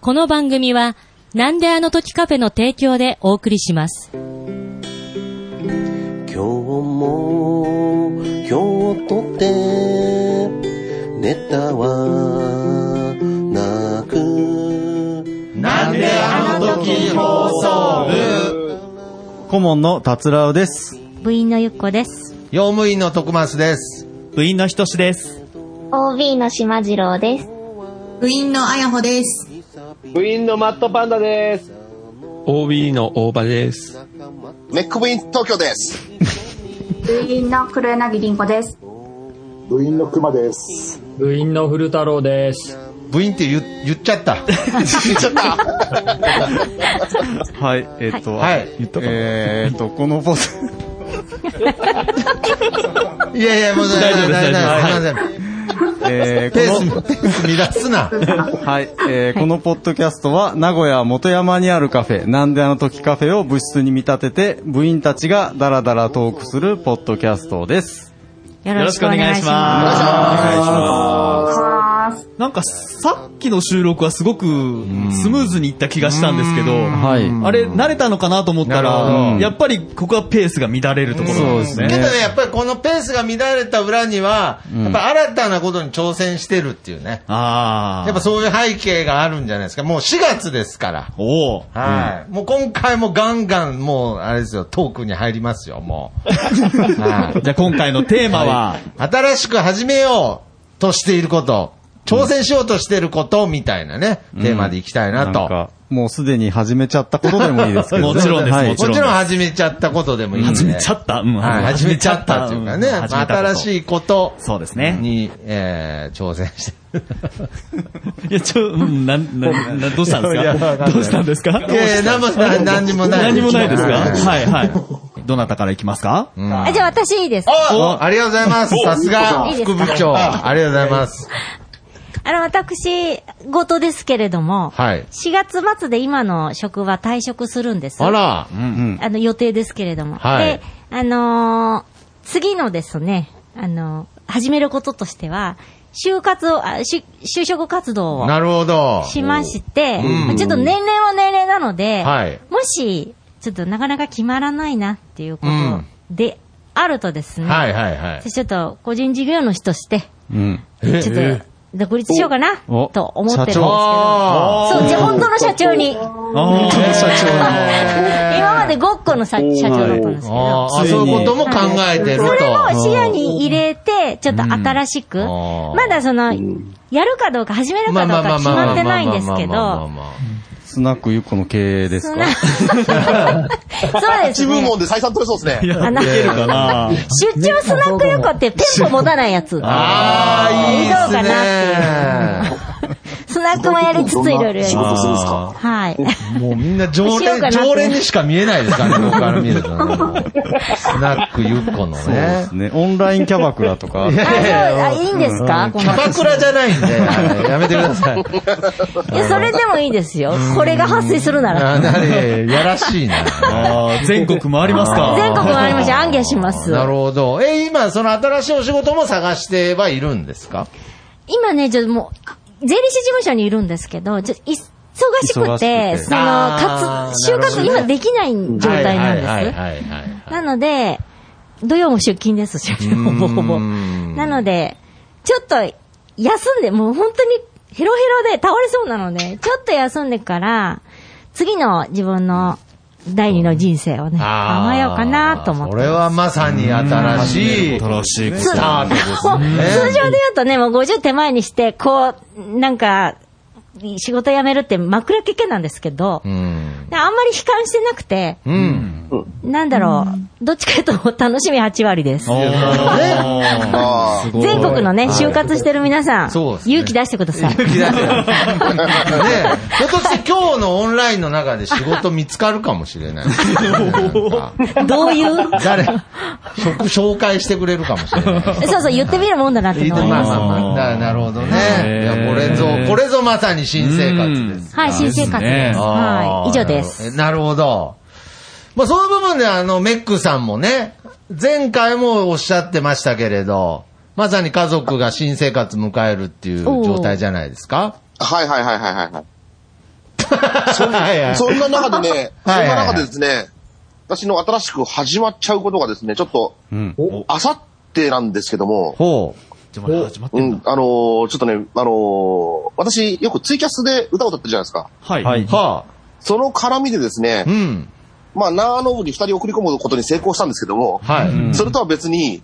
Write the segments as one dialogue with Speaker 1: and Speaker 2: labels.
Speaker 1: この番組は、なんであの時カフェの提供でお送りします。
Speaker 2: 今日も今日とてネタはなく
Speaker 3: なんであの時放送
Speaker 4: 顧問の達郎です。
Speaker 5: 部員のゆっこです。
Speaker 3: 部用務員の徳松です。
Speaker 4: 部員のひとしです。
Speaker 5: OB の島次郎です。
Speaker 6: 部員のあやほです。
Speaker 7: 部員のマットパンダです。
Speaker 8: OB の大場です。
Speaker 9: ネック部員東京です。
Speaker 6: 部員の黒柳りんこです。
Speaker 9: 部員の熊です。
Speaker 7: 部員の古太郎です。
Speaker 3: 部員って言言っちゃった。
Speaker 4: はい、えっと、
Speaker 3: はい
Speaker 4: 言ったかなえっと、このポス、
Speaker 3: いやいや、もう大丈夫大丈夫。すいません。
Speaker 4: え
Speaker 3: ペー
Speaker 4: ー、こ
Speaker 3: ス、ペース乱すな。
Speaker 4: の、はい、えー、このポッドキャストは、名古屋元山にあるカフェ、なんであの時カフェを部室に見立てて、部員たちがダラダラトークするポッドキャストです。
Speaker 1: よろしくお願いします。
Speaker 10: なんかさっきの収録はすごくスムーズにいった気がしたんですけど、
Speaker 4: はい。
Speaker 10: あれ慣れたのかなと思っ
Speaker 4: な
Speaker 10: た
Speaker 4: るほ
Speaker 10: ら
Speaker 4: ど、
Speaker 10: やっぱりここはペースが乱れるところ
Speaker 4: そう
Speaker 10: なん
Speaker 4: で
Speaker 10: ですす
Speaker 4: ね
Speaker 10: ね。
Speaker 3: けどね、やっぱりこのペースが乱れた裏には、
Speaker 4: ん
Speaker 3: やっぱ新たなことに挑戦してるっていうね。
Speaker 10: ああ。
Speaker 3: やっぱそういう背景があるんじゃないですか。もう4月ですから。
Speaker 10: おお。
Speaker 3: はい。もう今回もガンガン、もう、あれですよ、トークに入りますよ、もう。はい。
Speaker 10: じゃあ今回のテーマは、
Speaker 3: 新しく始めようとしていること、挑戦しようとしていることみたいなね、テーマでいきたいな
Speaker 4: なん
Speaker 3: と。
Speaker 4: か、もうすでに始めちゃったことでもいいですけどね。
Speaker 10: もちろんです
Speaker 4: はい
Speaker 10: もち
Speaker 3: もちろん始めちゃったことでもいいんで
Speaker 10: 始めちゃった。うん
Speaker 3: はい、始めちゃったというかね、まあ新
Speaker 10: い。
Speaker 3: しいこと
Speaker 10: そうですね。
Speaker 3: に、えー挑戦して。
Speaker 10: いや、ちょ、うんなん、なん、なんどうしたん
Speaker 3: いや
Speaker 10: です
Speaker 3: わかんな
Speaker 10: か
Speaker 3: い
Speaker 10: どうしたんですか
Speaker 3: いやいや、何もな、 何にも
Speaker 10: 何も
Speaker 3: ない。
Speaker 10: ないですか
Speaker 3: はい。
Speaker 10: はいはい。どなたからいきますか
Speaker 3: うん
Speaker 5: あ、じゃあ私いいです。
Speaker 3: おありがとうございます。さすが、
Speaker 5: いいです
Speaker 3: 副
Speaker 5: か
Speaker 3: 部長。ありがとうございます。
Speaker 5: あの、私事ですけれども、
Speaker 3: はい。
Speaker 5: 4月末で今の職場退職するんです。
Speaker 3: あら、
Speaker 4: うん。
Speaker 5: あの、予定ですけれども。
Speaker 3: はい
Speaker 5: で、あのー次のですね、あのー始めることとしては、就活を、あし就職活動を
Speaker 3: なるほど。
Speaker 5: しまして、
Speaker 3: ん
Speaker 5: まあちょっと年齢は年齢なので、
Speaker 3: はい
Speaker 5: もし、ちょっとなかなか決まらないなっていうこ
Speaker 3: うん
Speaker 5: とであるとですね、
Speaker 3: はいはいはい。
Speaker 5: 私ちょっと個人事業主として、
Speaker 4: うん。
Speaker 3: え
Speaker 5: ちょっと独立しようかな
Speaker 4: お
Speaker 5: と思ってるんですけど、
Speaker 3: あ
Speaker 5: そう、じゃあ本当の社長に、
Speaker 10: あー
Speaker 3: ーへー
Speaker 5: 今までごっこのさ社長だったんですけ
Speaker 3: あ
Speaker 5: ど、
Speaker 3: ーあ、そういうことも考えてると。
Speaker 5: それも視野に入れて、ちょっと新しく、
Speaker 3: んあー
Speaker 5: まだその、やるかどうか始めるかどうか決まってないんですけど、
Speaker 4: スナックゆっこの経営です
Speaker 5: そんな
Speaker 4: か
Speaker 5: そうです
Speaker 9: 一部
Speaker 5: ね。
Speaker 9: 門で採算取れそうですね。
Speaker 5: あの、
Speaker 10: 出る
Speaker 5: 出
Speaker 10: かな
Speaker 5: 張スナック横ってペンポ持たないやつ。
Speaker 3: ああ、いい
Speaker 5: どうか
Speaker 3: で
Speaker 5: な
Speaker 3: すね。
Speaker 5: スナックもやりつついろいろやり
Speaker 9: 仕
Speaker 5: ま
Speaker 9: 事
Speaker 5: す。
Speaker 9: するんですか
Speaker 5: はい。
Speaker 3: もうみんな常
Speaker 5: しよう かな
Speaker 3: 連、
Speaker 5: って
Speaker 3: 常連にしか見えないですからね、僕から見ると ね。もうスナックゆっこの
Speaker 4: そうで
Speaker 3: ね。
Speaker 4: すね。オンラインキャバクラとか。
Speaker 5: あ、そう、あ、いいんですかこ
Speaker 3: キ
Speaker 5: ん
Speaker 3: ャ
Speaker 5: な
Speaker 3: バクラじゃないんで、はいやめてください。
Speaker 5: いや、それでもいいですよ。これが発生するなら。
Speaker 3: あなにやらしいな。
Speaker 10: あー全国回りますか
Speaker 5: 全国回りましょう。暗記します。
Speaker 3: なるほど。え、今、その新しいお仕事も探してはいるんですか
Speaker 5: 今ね、ちょっともう、税理士事務所にいるんですけど、ちょっとい忙し
Speaker 4: 忙
Speaker 5: く
Speaker 4: しくて
Speaker 5: て、その、
Speaker 3: あ
Speaker 5: か
Speaker 3: ー
Speaker 5: つ、就活、
Speaker 3: なるほどね
Speaker 5: 今できない状態なん
Speaker 3: はいはい
Speaker 5: で
Speaker 3: はいはいはい
Speaker 5: す。なので、土曜も出勤ですし、ほぼほぼ。なので、ちょっと休んで、もう本当にヘロヘロで倒れそうなので、ちょっと休んでから、次の自分の第二の人生をね、考
Speaker 3: あー
Speaker 5: えようかなと思って
Speaker 3: こ
Speaker 5: ます。
Speaker 3: れはまさに新しい
Speaker 10: 新しいこと
Speaker 3: スタート です
Speaker 5: もう
Speaker 3: ね。
Speaker 5: 通常で言うとね、もう50手前にして、こう、なんか、仕事辞めるって枕っけけなんですけど、
Speaker 3: うん。
Speaker 5: であんまり悲観してなくて、
Speaker 3: うん。
Speaker 5: なんだろう、どっちかというと楽しみ8割です。
Speaker 10: おー
Speaker 9: あ
Speaker 10: すごい
Speaker 5: 全国のね、就活してる皆さん、
Speaker 3: そう
Speaker 5: 勇
Speaker 3: ですね
Speaker 5: 気出してく ださい。
Speaker 3: 勇気出して。ねえひょっとして今日のオンラインの中で仕事見つかるかもしれない。なんか
Speaker 5: どういう
Speaker 3: 誰、職紹介してくれるかもし れない。
Speaker 5: そうそう、言ってみるもんだなって
Speaker 3: いい
Speaker 5: 思
Speaker 3: と
Speaker 5: い
Speaker 3: まあ
Speaker 5: ま。
Speaker 3: ますあまあななるほどね。いやこれぞ、これぞまさに新生活です。
Speaker 5: はい、新生活
Speaker 10: で
Speaker 5: ですす。
Speaker 10: ね
Speaker 5: はい、以上で
Speaker 3: え
Speaker 5: す。
Speaker 3: なるほど。まあ、その部分で、あの、メックさんもね、前回もおっしゃってましたけれど、まさに家族が新生活迎えるっていう状態じゃないですか。
Speaker 9: はいはいはいはいはいはい。そん
Speaker 3: はいはい
Speaker 9: そんな中でね、そん
Speaker 3: はいは
Speaker 9: な
Speaker 3: いはい
Speaker 9: 中でですね、私の新しく始まっちゃうことがですね、ちょっと、
Speaker 4: うん。
Speaker 9: あさってなんですけども、
Speaker 4: ほう。
Speaker 10: じゃあまだ始まって
Speaker 9: うん
Speaker 10: だ。
Speaker 9: ん、あのーちょっとね、あのー私、よくツイキャスで歌を歌ってるじゃないですか。
Speaker 10: はい。
Speaker 4: はい。
Speaker 3: は
Speaker 9: その絡みでですね
Speaker 3: あ。う、ん。
Speaker 9: まあ、長野部に二人送り込むことに成功したんですけども、
Speaker 3: はい。
Speaker 4: ん
Speaker 9: それとは別に、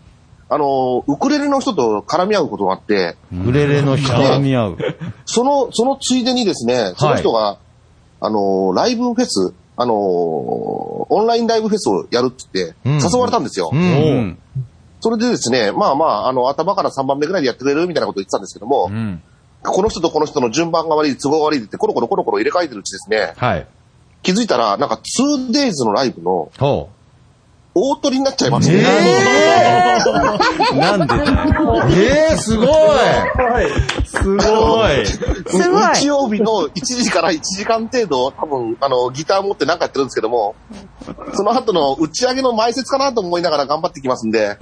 Speaker 9: あの、ウクレレの人と絡み合うことがあって、
Speaker 3: ウレレの人。
Speaker 4: 絡み合う。
Speaker 9: その、そのついでにですね、その人が、あの、ライブフェス、あの、オンラインライブフェスをやるって
Speaker 3: う
Speaker 9: 言
Speaker 3: ん
Speaker 9: って、誘われたんですよ。
Speaker 3: うん。
Speaker 4: うん。
Speaker 9: それでですね、まあまあ、あの、頭から3番目ぐらいでやってくれるみたいなこと言ってたんですけども、
Speaker 4: うん。
Speaker 9: この人とこの人の順番が悪い、都合が悪いって、コロコロコロコロ入れ替えてるうちですね、
Speaker 3: はい。
Speaker 9: 気づいたら、なんか 2days のライブの
Speaker 3: ほ
Speaker 9: 大取りになっちゃいまして、
Speaker 3: え
Speaker 4: なんでだよ。
Speaker 3: う。ええすごい
Speaker 4: すごい。
Speaker 5: すごい
Speaker 9: 日曜日の1時から1時間程度、多分、あの、ギター持ってなんかやってるんですけども、その後の打ち上げの前説かなと思いながら頑張ってきますんで、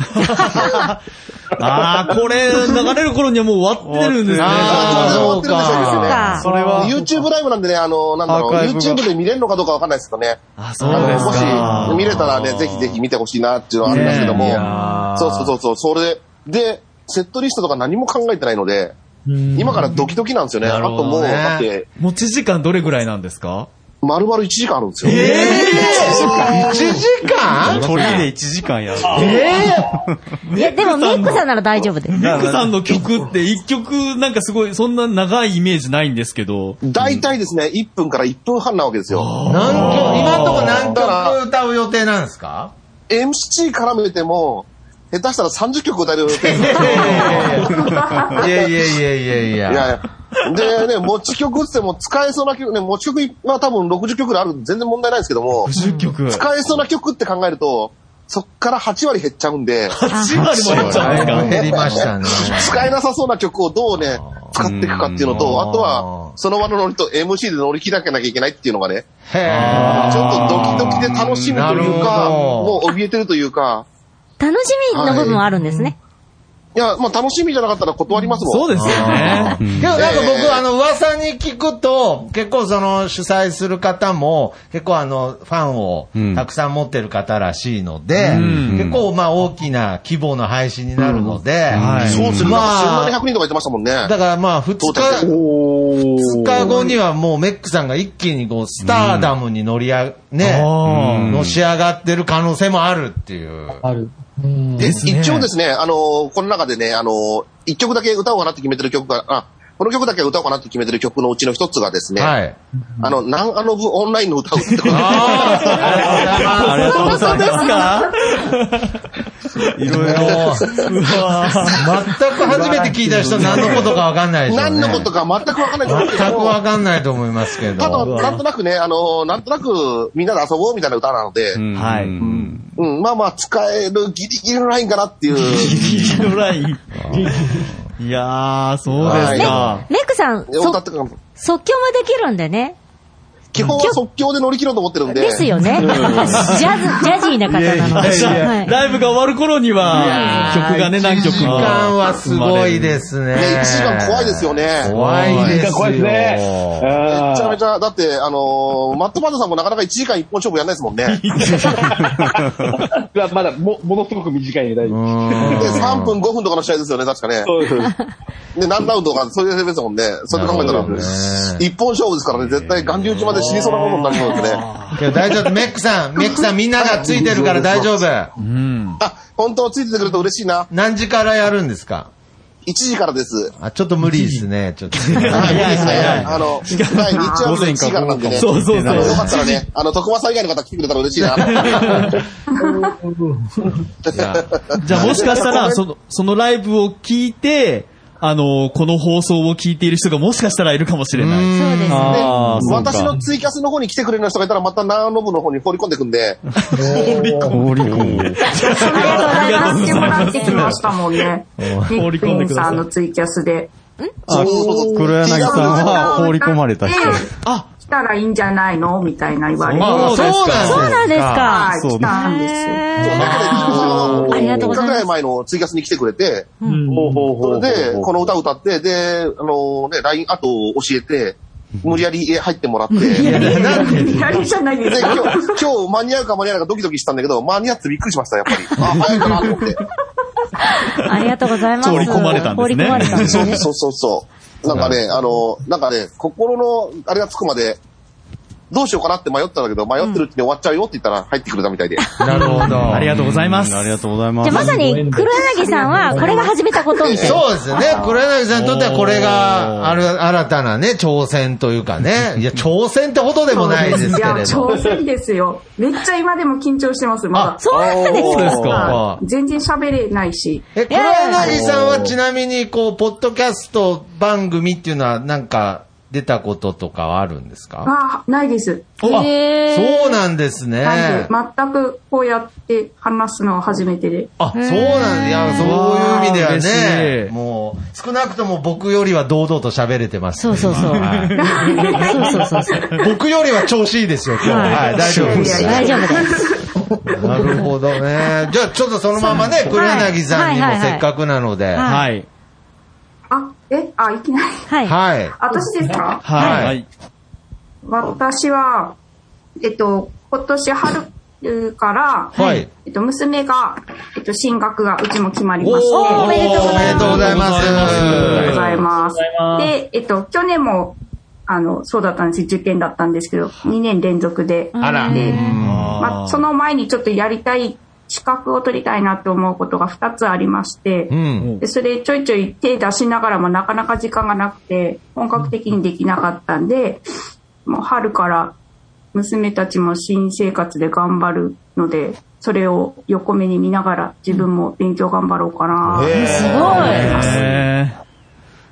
Speaker 10: ああ、これ、流れる頃にはもう終わってるんですね。
Speaker 3: あーそう
Speaker 5: そう
Speaker 3: か。
Speaker 5: か。
Speaker 4: それは。
Speaker 9: YouTube ライブなんでね、あの、なんだろう、
Speaker 4: アーカイブが
Speaker 9: YouTube で見れるのかどうかわかんないですけどね、
Speaker 10: あ、
Speaker 9: あ
Speaker 10: そう
Speaker 9: の
Speaker 10: ですか。
Speaker 9: もし見れたらね、ぜひぜひ見てほしいなっていうのはありますけども、
Speaker 10: ねえいやー
Speaker 9: そうそうそうそう、それで、で、セットリストとか何も考えてないので、今からドキドキなんですよね。
Speaker 3: な
Speaker 9: あ
Speaker 3: るほ
Speaker 9: とも
Speaker 3: ど
Speaker 9: う、
Speaker 3: ね
Speaker 9: だって、
Speaker 10: 持ち時間どれぐらいなんですか
Speaker 9: 丸々1時間あるんですよ。
Speaker 3: ええ !1 時間
Speaker 4: 鳥で1時間やる。
Speaker 5: いや、でもメイクさんなら大丈夫です。
Speaker 10: ミックさんの曲って一曲なんかすごい、そんな長いイメージないんですけど。
Speaker 9: 大体ですね、1分から1分半なわけですよ。
Speaker 3: 何曲、今んとこ何曲歌う予定なんですか
Speaker 9: MC 絡めても、下手したら30曲歌える予定
Speaker 3: い
Speaker 9: い
Speaker 3: やいやいやいやいやいやいやいやいやいや。
Speaker 9: やいや。でね、持ち曲っつっても使えそうな曲、ね、持ち曲は多分60曲ぐらいあるんで全然問題ないですけども、
Speaker 10: 50曲。
Speaker 9: 使えそうな曲って考えると、そっから8割減っちゃうんで、
Speaker 10: 8割もやっちゃうんです
Speaker 3: だいぶ
Speaker 10: か
Speaker 3: 減りましたね。
Speaker 9: 使えなさそうな曲をどうね、使っていくかっていうのと、
Speaker 3: うん
Speaker 9: あとは、その場のノリと MC で乗り切らなきゃいけないっていうのがね、
Speaker 3: へえ。
Speaker 9: ちょっとドキドキで楽しむという
Speaker 3: なる
Speaker 9: か、
Speaker 3: ほ
Speaker 9: もう怯えてるというか、
Speaker 5: 楽しみの部分はあるんですね。
Speaker 9: いや、まあ楽しみじゃなかったら断りますもん。
Speaker 10: そうですよね。
Speaker 3: けどなんか僕、あの、噂に聞くと、結構その、主催する方も、結構あの、ファンを
Speaker 4: うん
Speaker 3: たくさん持ってる方らしいので、
Speaker 10: うん
Speaker 3: 結構まあ大きな規模の配信になるので、
Speaker 4: はい
Speaker 9: そうですね。
Speaker 3: ま
Speaker 9: なんか1700人と
Speaker 3: あ、
Speaker 9: か言ってましたもんね。
Speaker 3: だからまあ、2
Speaker 9: トータル
Speaker 3: 日、2日後にはもうメックさんが一気にこう、スターダムに乗りあ、ね、
Speaker 10: あ
Speaker 4: ー
Speaker 3: のし上がってる可能性もあるっていう。
Speaker 7: ある。うん。
Speaker 9: で、
Speaker 10: ね
Speaker 9: 一応ですね、あのーこの中でね、あのー一曲だけ歌おうかなって決めてる曲が、あ、この曲だけ歌おうかなって決めてる曲のうちの一つがですね、
Speaker 3: はい。
Speaker 9: あの、ナンアノブオンラインの歌を歌って
Speaker 3: あーありがとうござ
Speaker 4: あ
Speaker 3: います
Speaker 4: りがとうございます。いろいろ。
Speaker 3: もう全く初めて聞いた人何のことかわかんないでしょうね。
Speaker 9: 何のことか全くわかんないんですけ
Speaker 3: 全く
Speaker 9: ど
Speaker 3: わかんないと思いますけど。
Speaker 9: ただ、なんとなくね、あのーなんとなくみんなで遊ぼうみたいな歌なので、うん、
Speaker 4: は
Speaker 10: う
Speaker 4: い。
Speaker 9: まあまあ使えるギリギリのラインかなっていう。
Speaker 10: ギリギリのライン。いやー、そうですか。
Speaker 5: メイクさん、
Speaker 9: 歌っ
Speaker 5: そ
Speaker 9: てくる
Speaker 5: 即興もできるんでね。
Speaker 9: 基本は即興で乗り切ろうと思ってるんで。
Speaker 5: ですよね。 ジャズ、ジャジーな方なので。はい
Speaker 10: ライブが終わる頃には、曲がね、何曲
Speaker 3: 時
Speaker 10: も。。
Speaker 3: 間はすごいですすね。
Speaker 9: ね、1時間怖いですよね。
Speaker 3: 怖いですよ。
Speaker 7: 怖いですね。
Speaker 9: めちゃめち
Speaker 7: ゃ。
Speaker 9: ゃ、だって、あのーマットパンダさんもなかなか1時間1本勝負やんないですもんね。
Speaker 7: うわまだも、ものすごく短いね、大丈夫。
Speaker 9: で、3分、5分とかの試合ですよね、確かね。
Speaker 7: そうそう
Speaker 9: で、何ラウンドか、それでですもんね。それで考えたら、
Speaker 3: なるほどね
Speaker 9: 一本勝負ですからね、絶対、眼流打ちまで死にそうなことになりそうですね。
Speaker 3: いや大丈夫。メックさん、メックさんみんながついてるから大丈夫。
Speaker 10: うん。
Speaker 9: あ、本当ついててくれると嬉しいな。
Speaker 3: 何時からやるんですか
Speaker 9: 1時からです。
Speaker 3: あ、ちょっと無理ですね。ちょっと。
Speaker 9: あ、いいです
Speaker 10: 早い
Speaker 9: ね
Speaker 10: 早。い
Speaker 9: あの、日曜日の1時からなんでね。
Speaker 10: そうそうそ
Speaker 9: あのよか
Speaker 10: う。
Speaker 9: ったらね、あの、徳間さん以外の方来てくれたら嬉しいな。
Speaker 10: じゃあもしかしたら、その、そのライブを聞いて、あの、この放送を聞いている人がもしかしたらいるかもしれない。
Speaker 5: そうですね。
Speaker 4: ああ、そうか。
Speaker 9: 私のツイキャスの方に来てくれる人がいたら、また長野部の方に放り込んでいくんで、
Speaker 4: 放り込む。
Speaker 10: ありがとう
Speaker 6: し
Speaker 10: ご
Speaker 6: て
Speaker 10: ざい
Speaker 6: も
Speaker 10: ま
Speaker 6: ら
Speaker 10: す
Speaker 6: ってきましたもんね。
Speaker 10: 放
Speaker 6: 放
Speaker 10: り込んでください
Speaker 6: さんのツイキャスで。
Speaker 4: あ、黒柳さんは放り込まれた人。
Speaker 10: あ、
Speaker 6: 来たらいいんじゃないのみたいな言われて。
Speaker 3: あ
Speaker 10: そうですか
Speaker 5: そうなんですか。
Speaker 6: はい、
Speaker 4: そう
Speaker 6: 来たんですよ。
Speaker 9: あ
Speaker 5: ありがとうござい
Speaker 9: ぐ
Speaker 5: ます
Speaker 9: らい前のツイキャスに来てくれて、
Speaker 7: ほうほうほ
Speaker 9: そうれで、この歌歌って、で、あのね、LINE 後教えて、無理やり家入ってもらって、
Speaker 6: やりじゃないで
Speaker 9: です今
Speaker 6: か。
Speaker 9: 日、今日間に合うか間に合わないかドキドキしたんだけど、間に合ってびっくりしました、やっぱり。あ、早いかなと思って。
Speaker 5: ありがとうございます。
Speaker 10: 放り込まれたんで
Speaker 5: 放
Speaker 10: すね
Speaker 5: り込まれたんです
Speaker 9: そう
Speaker 5: ね。
Speaker 9: そうそうそう。なんかね、あの、なんかね、心のあれがつくまで、どうしようかなって迷ったんだけど、迷ってるうちに終わっちゃうよって言ったら入ってくれたみたいで。
Speaker 3: なるほど。
Speaker 10: ありがとうございます。
Speaker 4: ありがとうございま
Speaker 5: じゃ
Speaker 4: す。
Speaker 5: あまさに黒柳さんはこれが始めたことみたいな。
Speaker 3: そうですね。黒柳さんにとってはこれが、ある、新たなね、挑戦というかね。いや、挑戦ってほどでもないですけ
Speaker 6: いや、
Speaker 3: れど。
Speaker 6: 挑戦ですよ。めっちゃ今でも緊張してます、まだ。
Speaker 5: そうなんです
Speaker 3: そうです
Speaker 6: はい全然喋れないし。
Speaker 3: え、黒柳さんはちなみに、こう、ポッドキャスト番組っていうのは、なんか、出たこととかはあるんですか
Speaker 6: ああ、ないです。
Speaker 3: そうなんです
Speaker 6: なん
Speaker 3: ね
Speaker 6: で。、全くこうやって話すのは初めてで。
Speaker 3: あ、そうなんだ。いや、そういう意味では
Speaker 10: わあ嬉
Speaker 3: ね
Speaker 10: し、い
Speaker 3: もう、少なくとも僕よりは堂々と喋れてます
Speaker 1: そ
Speaker 3: ね、
Speaker 1: うそうそう。
Speaker 3: はい
Speaker 1: そうそうそうそう。
Speaker 3: 僕よりは調子いいですよ、今日。はい、大丈夫です。
Speaker 6: いや
Speaker 1: 大丈夫です。
Speaker 3: なるほどね。じゃあ、ちょっとそのままね、黒柳さんに
Speaker 5: は
Speaker 3: も
Speaker 5: いはいはいはい
Speaker 3: せっかくなので。
Speaker 5: は
Speaker 3: は
Speaker 10: は
Speaker 3: い。
Speaker 10: い。
Speaker 6: あ、え、あ、いきなり。
Speaker 5: はい。
Speaker 3: はい。
Speaker 6: 私ですか
Speaker 3: はい
Speaker 10: はい。
Speaker 6: 私は、えっと、今年春から、
Speaker 3: はい
Speaker 6: えっと、娘が、えっと、進学がうちも決まりまして、
Speaker 5: おー
Speaker 6: あ
Speaker 5: めでとうございます
Speaker 10: おめでとうご
Speaker 6: り
Speaker 10: ざ
Speaker 6: がとうご
Speaker 3: ま
Speaker 6: ざいます
Speaker 11: あ。り
Speaker 6: で、えっと、去年も、あの、そうだったんです。受験だったんですけど、2年連続で。
Speaker 3: あら。
Speaker 6: で、ま
Speaker 10: ま
Speaker 6: あ、その前にちょっとやりたい、資格を取りたいなと思うことが2つありまして、
Speaker 3: うん。
Speaker 6: でそれちょいちょい手出しながらもなかなか時間がなくて本格的にできなかったんでもう春から娘たちも新生活で頑張るのでそれを横目に見ながら自分も勉強頑張ろうかな、
Speaker 5: すご
Speaker 10: え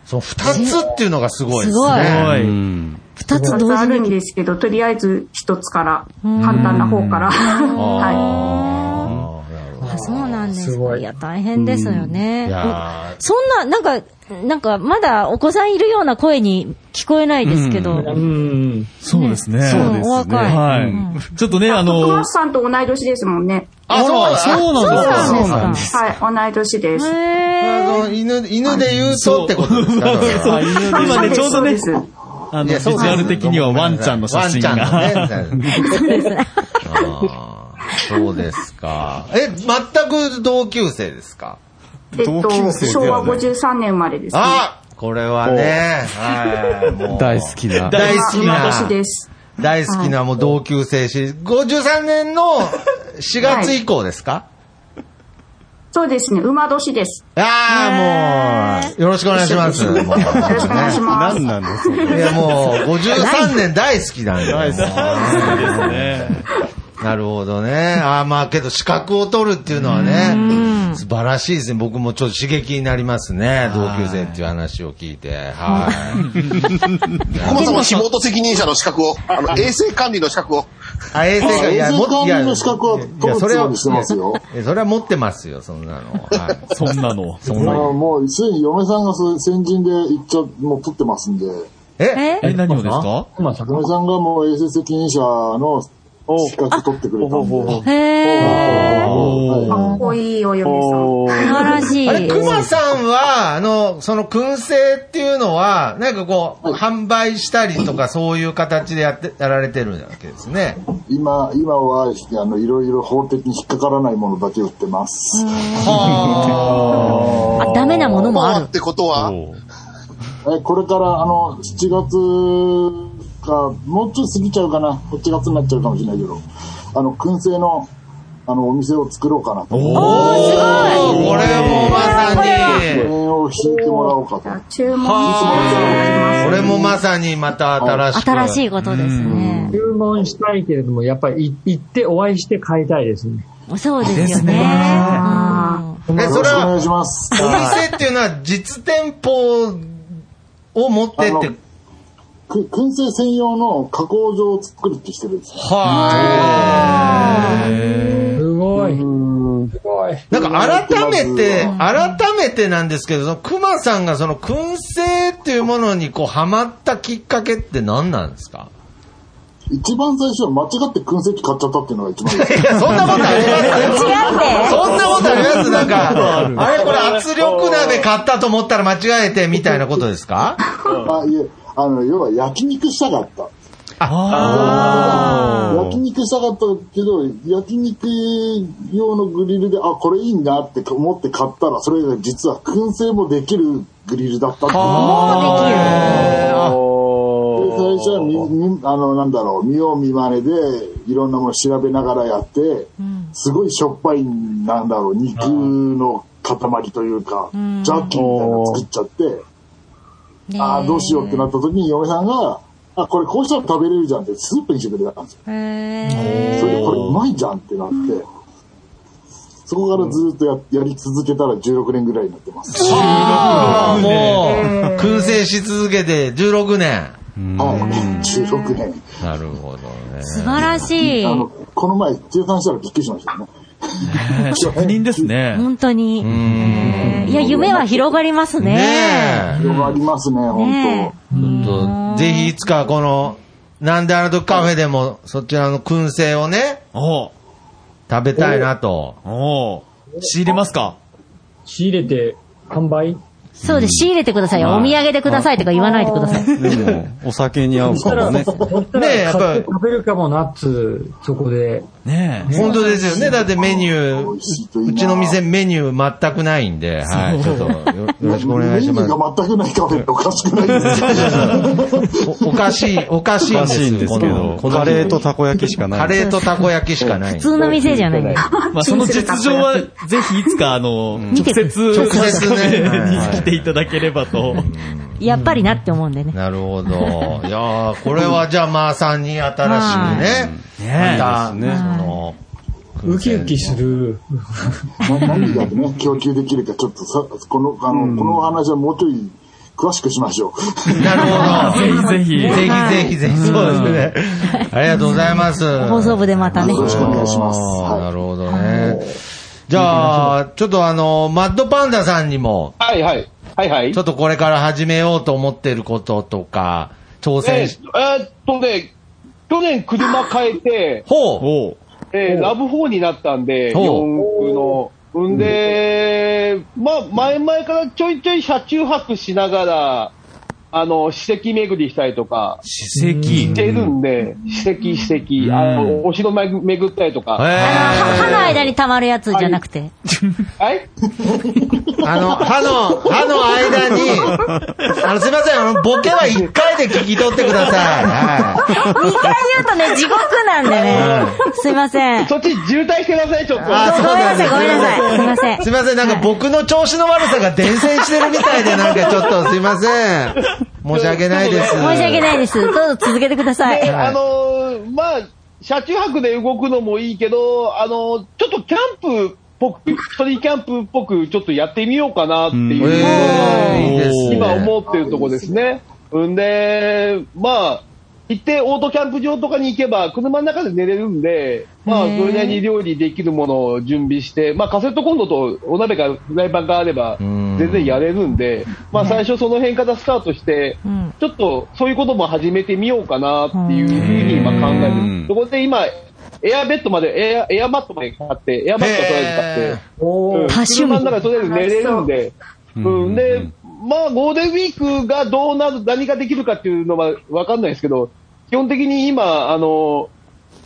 Speaker 3: そう、二つっていうのがすごいです
Speaker 5: すご
Speaker 10: ー、
Speaker 3: ね。
Speaker 10: は
Speaker 4: う
Speaker 10: い。
Speaker 4: ん。
Speaker 5: 二つ
Speaker 6: 2
Speaker 5: 同
Speaker 6: つあ
Speaker 5: 時
Speaker 6: るん
Speaker 5: に。
Speaker 6: ですけどとりあえず1つから簡単な方から、 は
Speaker 3: あーなるほ
Speaker 5: あそうなんです
Speaker 11: すご
Speaker 5: か。
Speaker 11: い
Speaker 5: いや、大変ですよ
Speaker 3: ど
Speaker 5: ね
Speaker 3: い。や
Speaker 5: そんな、なんか、なんか、まだお子さんいるような声に聞こえないですけど。
Speaker 11: うん。
Speaker 10: そうですね。
Speaker 5: そうですね
Speaker 10: ん
Speaker 5: お若い
Speaker 10: は
Speaker 5: うん
Speaker 10: い。ちょっとね、あ
Speaker 6: い、
Speaker 10: の
Speaker 6: 徳、松さんと同い年ですもんね
Speaker 3: あ、そうだ
Speaker 10: そう
Speaker 5: そう
Speaker 10: なんですか。
Speaker 5: なんです
Speaker 6: はい同い年です、
Speaker 5: か。
Speaker 3: これ
Speaker 5: へ
Speaker 3: はその犬、犬で言うとってことですか
Speaker 10: そう
Speaker 3: だから
Speaker 10: 今ね、ちょう
Speaker 6: そ
Speaker 10: どね、
Speaker 6: うです
Speaker 10: あの、
Speaker 3: い
Speaker 10: ビ
Speaker 3: や
Speaker 10: ジ
Speaker 3: そうです
Speaker 10: ュアル的にはワンちゃんの写真が。
Speaker 3: ワンちゃんのね。あーそうですか。え、全く同級生ですか
Speaker 6: えっ
Speaker 4: 同級
Speaker 6: と
Speaker 4: 生
Speaker 6: 昭
Speaker 4: では
Speaker 6: 和
Speaker 4: ない
Speaker 6: 53年生まれです、ね、
Speaker 3: あこれはね、はいもう
Speaker 4: 大好きな。
Speaker 3: 大好きな
Speaker 6: 今。年です
Speaker 3: 大好きなもう同級生し、53年の4月以降ですか、
Speaker 6: そうですね、馬年です。
Speaker 3: ああ、もう、よろしくお願いします。もう
Speaker 6: よろしくお願いします。
Speaker 4: 何なんですか
Speaker 3: いや、もう、53年大好きなんだよ。なるほどね。 ああ、まあけど資格を取るっていうのはね、素晴らしいですね。僕もちょっと刺激になりますね。同級生っていう話を聞いて。はい。
Speaker 9: コマさんは仕事責任者の資格を、あ の、衛生管理の資格を。
Speaker 3: あ、衛生官、いや、もっいや、の資格を
Speaker 11: 取るつもり
Speaker 3: してますよ。いやそれは持ってますよ、そんなの。はい。
Speaker 10: そんなの。
Speaker 3: そんな
Speaker 11: もう、すでに嫁さんがそう先人で一丁、もう取ってますんで、
Speaker 5: え
Speaker 3: え
Speaker 5: え
Speaker 10: え、何をですか
Speaker 11: 嫁さんがもう衛生責任者の資格取ってくれたんで。
Speaker 5: え。へえ。
Speaker 10: おー
Speaker 6: かっこいいお嫁さん。
Speaker 5: 素晴らしい。
Speaker 3: あれ、熊さんは、あの、その燻製っていうのは、なんかこう、販売したりとか、そういう形でやって、やられてるわけですね。
Speaker 11: 今、今は、あの、いろいろ法的に引っかからないものだけ売ってます。
Speaker 5: あ、ダメなものもあ
Speaker 9: まあ、
Speaker 5: る
Speaker 9: っ。てことは、
Speaker 11: えこれから、あの、7月か、もうちょい過ぎちゃうかな。8月になっちゃうかもしれないけど、あの、燻製の、あの、お店を作ろうかなと。
Speaker 3: おー、すごいこれもまさ
Speaker 11: これ
Speaker 3: に、
Speaker 11: を引いてもらおうかと。
Speaker 6: 注文して
Speaker 3: これもまさにまた新しく。
Speaker 5: 新しいことですね。
Speaker 11: 注文したいけれども、やっぱり行ってお会いして買いたいですね。
Speaker 5: そうですよ
Speaker 10: ですね
Speaker 5: ね。うん
Speaker 11: え、そ
Speaker 3: れはよろしくお願い
Speaker 11: します
Speaker 3: お店っていうのは、実店舗を持ってって、
Speaker 11: く燻製専用の加工場を作るってしてるんですよ。
Speaker 3: は
Speaker 11: すごい。すごい。
Speaker 3: い。なんか改めて、改めてなんですけど、その熊さんがその燻製っていうものにこう、ハマったきっかけって何なんですか
Speaker 11: 一番最初は間違って燻製機買っちゃったっていうのが一番です。
Speaker 3: いや、 そんなことありま
Speaker 5: 違っ
Speaker 3: す
Speaker 5: て。
Speaker 3: そんなことありますなん か、あれこれ圧力鍋買ったと思ったら間違えてみたいなことですか
Speaker 11: あ、いえ、あの、要は焼肉したかった。焼肉したかったけど、焼肉用のグリルで、あ、これいいなって思って買ったら、それが実は燻製もできるグリルだったっていう。で最初はみみあのなんだろう見よう見まねでいろんなもの調べながらやって、すごいしょっぱいなんだろう肉の塊というか、ジャッキみたいなの作っちゃって、ああどうしようってなった時に嫁さんが「あこれこうしたら食べれるじゃん」ってスープにしてくれたんですよ。それでこれうまいじゃんってなって。そこからずっとややり続けたら16年ぐらいになってます。
Speaker 3: あーもう、燻製し続けて16年。
Speaker 11: 16年。
Speaker 3: なるほどね。
Speaker 5: 素晴らしい
Speaker 11: あのこの前、計算したらびっくりしました よね。
Speaker 10: 職人ですね。
Speaker 5: 本当に。いや、夢は広がりますね。
Speaker 11: 広がりますね、
Speaker 5: ね
Speaker 11: 本
Speaker 3: とぜひいつかこの、なんであの時カフェでも、そちらの燻製をね、食べたいなと。
Speaker 10: 仕入れますか
Speaker 12: 仕入れて、販売
Speaker 5: そうです。仕入れてくださいよ。
Speaker 4: はい
Speaker 5: お土産でくださいとか言わないでください。
Speaker 4: でも、お酒に合うかもね。
Speaker 3: ねえ、やっぱり。
Speaker 12: 食べるかもナッツ、そこで。
Speaker 10: ね
Speaker 3: 本当ですよね。だってメニュー、うちの店メニュー全くないんで、はい、ちょっとよよろしくお
Speaker 11: 当。
Speaker 3: 願いしま
Speaker 11: メ
Speaker 3: す
Speaker 11: ニュ。ーが全くないカフェっておかしくない ですか
Speaker 3: おおかしい、おかしいんです
Speaker 4: おかしいんですけど
Speaker 3: この
Speaker 4: カレーとたこ焼きしかない
Speaker 3: カレーとたこ焼きしかない。
Speaker 5: 普通の店じゃないんだよ。
Speaker 10: まあ、その 実情は、ぜひいつか、あの、直接、
Speaker 3: 直接ね
Speaker 10: に来ていただければと。
Speaker 5: やっぱりなって思うんでね。
Speaker 3: なるほど。いやーこれはじゃあ、まあさんに新しいね。
Speaker 10: ね
Speaker 3: また、そ
Speaker 4: ね
Speaker 3: の、
Speaker 12: ウキウキす る。
Speaker 11: な何がね、 供給できるか、ちょっとさ、この、あの、この話はもうちょい詳しくしましょう。
Speaker 3: なるほど。
Speaker 10: ぜひぜ
Speaker 3: ぜひぜひぜひ、そうですね。ありがとうございます。
Speaker 5: 放送部でまたね
Speaker 11: よ。ろしくお願いします。
Speaker 3: あー
Speaker 11: は
Speaker 3: なるほどね。じゃあ、ちょっとあの、マッドパンダさんにも、
Speaker 7: はいはい。はいはい。
Speaker 3: ちょっとこれから始めようと思ってることとか、挑
Speaker 7: え
Speaker 3: 戦し、
Speaker 7: ーえーっとね、去年車変えて、
Speaker 3: ほう
Speaker 10: お
Speaker 7: えーラブ4になったんで、
Speaker 3: ほう
Speaker 7: 四駆の。んで、まあ、前々からちょいちょい車中泊しながら、あの、史跡巡りしたりとか、
Speaker 10: 史跡
Speaker 7: し。てるんで、史跡、史跡、あの、お城巡巡ったりとか、
Speaker 5: あの
Speaker 3: え
Speaker 5: 歯歯の間に溜まるやつじゃなくて。
Speaker 7: はい
Speaker 3: ー、あの、歯の、歯の間 に、あの、すいません、あの、ボケは1回で聞き取ってください。はい。
Speaker 5: 2回言 うとね、地獄なんでね。すいません。
Speaker 7: そっち渋滞してください、ちょっと。
Speaker 3: あそう
Speaker 5: ごめんなんさ
Speaker 3: な
Speaker 5: い、ご
Speaker 3: です
Speaker 5: めんなさい。すいません。
Speaker 3: すいません、なんか僕の調子の悪さが伝染してるみたいで、なんかちょっとすいません。申し訳ないです。申
Speaker 5: 申し訳ないです。どうぞ続けてくださ
Speaker 7: で
Speaker 5: い。
Speaker 3: はい
Speaker 7: あのーまあ、車中泊で動くのもいいけど、あのーちょっとキャンプっぽく、一人キャンプっぽく、ちょっとやってみようかなっていう、
Speaker 3: えーいいですね
Speaker 7: 今思ってるとこですね。んで、まあ、行ってオートキャンプ場とかに行けば、車の中で寝れるんで、まあ、それなりに料理できるものを準備して、まあ、カセットコンロとお鍋かフライパンがあれば、
Speaker 3: ん
Speaker 7: 全然やれるんで、まあ、最初その辺からスタートして、
Speaker 5: うん
Speaker 7: ちょっとそういうことも始めてみようかなっていうふうに今考えて
Speaker 4: うん
Speaker 7: る。そこで今、エアベッドまで、エア、エアマットまで買って、エアマットをとりあえず買って、うん
Speaker 5: 多趣味
Speaker 7: 車の中でとりあえず寝れるんで、うん、で、まあ、ゴールデンウィークがどうなる、何ができるかっていうのはわかんないですけど、基本的に今、あの、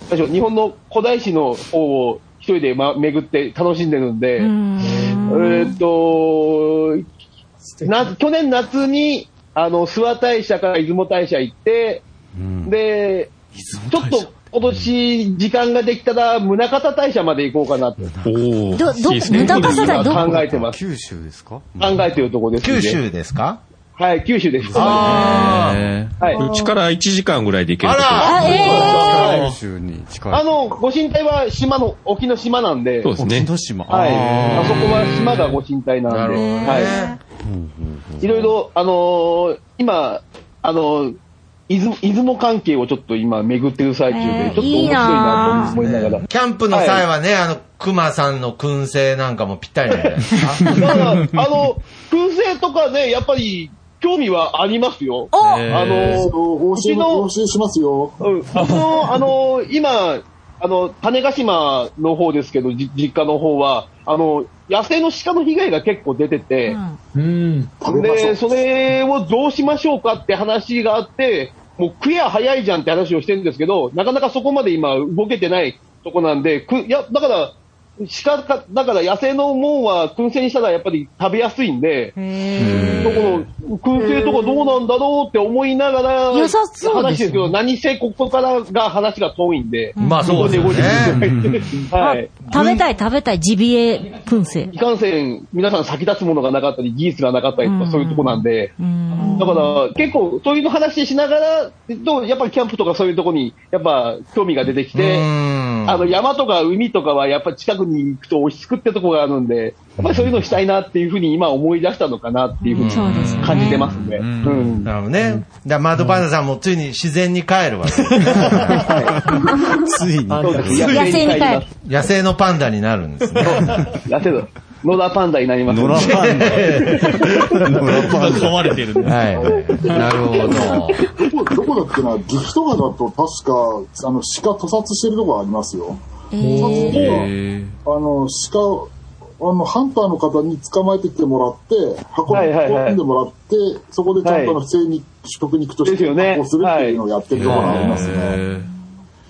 Speaker 7: なんでしょう日本の古代史の方を一人で、ま、巡って楽しんでるんで、えーっと、な去年夏に、あの、諏訪大社から出雲大社行って、で、ちょっと今年時間ができたら、宗像大社まで行こうかなって
Speaker 8: お
Speaker 5: ど、ど、無駄かさない、ど、
Speaker 7: 考えてます。
Speaker 4: 九州ですか
Speaker 7: 考えてるとこですんで
Speaker 3: 九州ですか
Speaker 7: はい、九州です。
Speaker 3: あ
Speaker 8: ね
Speaker 7: はい。
Speaker 8: うちから1時間ぐらいで行けるとこ
Speaker 3: あ
Speaker 5: あ、え
Speaker 4: 九州に近い。
Speaker 7: あの、ご神体は島の、沖の島なんで、
Speaker 8: そうですね。
Speaker 4: 沖ノ島。
Speaker 7: はい。
Speaker 4: あ
Speaker 7: あそこは島がご神体なんで、はい。いろいろ、あのー今、あのー出雲出雲関係をちょっと今巡ってる最中で、
Speaker 5: えー
Speaker 7: ちょっと面白いなと思いながら。
Speaker 3: キャンプの際はね、あの、熊さんの燻製なんかもぴったりなんじゃないですか
Speaker 7: まあ、あの、燻製とかね、やっぱり興味はありますよ。
Speaker 5: お
Speaker 7: あの
Speaker 11: い。
Speaker 7: ー
Speaker 11: お教え、お教えしますよ。
Speaker 7: うん、あの、あの、今、あの、種子島の方ですけど、じ実家の方は、あの、野生の鹿の被害が結構出てて、
Speaker 12: うん。
Speaker 7: で、それをどうしましょうかって話があって、もうクエア早いじゃんって話をしてるんですけど、なかなかそこまで今動けてないとこなんで、くいや、だから、鹿か、だから野生のもんは燻製にしたらやっぱり食べやすいんで、どこの燻製とかどうなんだろうって思いながら、
Speaker 5: 良さそう
Speaker 7: 話
Speaker 5: です
Speaker 7: して
Speaker 5: ね
Speaker 7: るけど、何せここからが話が遠いんで、
Speaker 3: まあそうですよね。
Speaker 7: はい。
Speaker 5: 食べたい食べたい、ジビエ燻製。
Speaker 7: いかんせん、皆さん先立つものがなかったり、技術がなかったりとか、そういうとこなんで、だから結構、そういうの話しながら、とやっぱりキャンプとかそういうとこに、やっぱ興味が出てきて、あの山とか海とかは、やっぱり近くに行くと落ち着くってとこがあるんで、やっぱりそういうのしたいなっていうふうに今思い出したのかなっていうふうに感じてますね。うん
Speaker 3: なるほどね。だからマートパンダさんもついに自然に帰るわけ。ついに。
Speaker 5: 野生に帰る。
Speaker 3: 野生のパンダになるんですね。
Speaker 7: 野生の、野田パンダになります
Speaker 3: 野田パンダ。
Speaker 10: 噛まれてるね。
Speaker 3: はい。なるほど。
Speaker 11: どこ、どこだっけな、岐阜とかだと確か、あの、鹿屠殺してるとこありますよ。あの、鹿、あの、ハンターの方に捕まえてきてもらって、運
Speaker 7: はいはいはい
Speaker 11: んでもらって、そこでちゃんとあの不正に食肉として加工するっていうのをやってるところがありますね。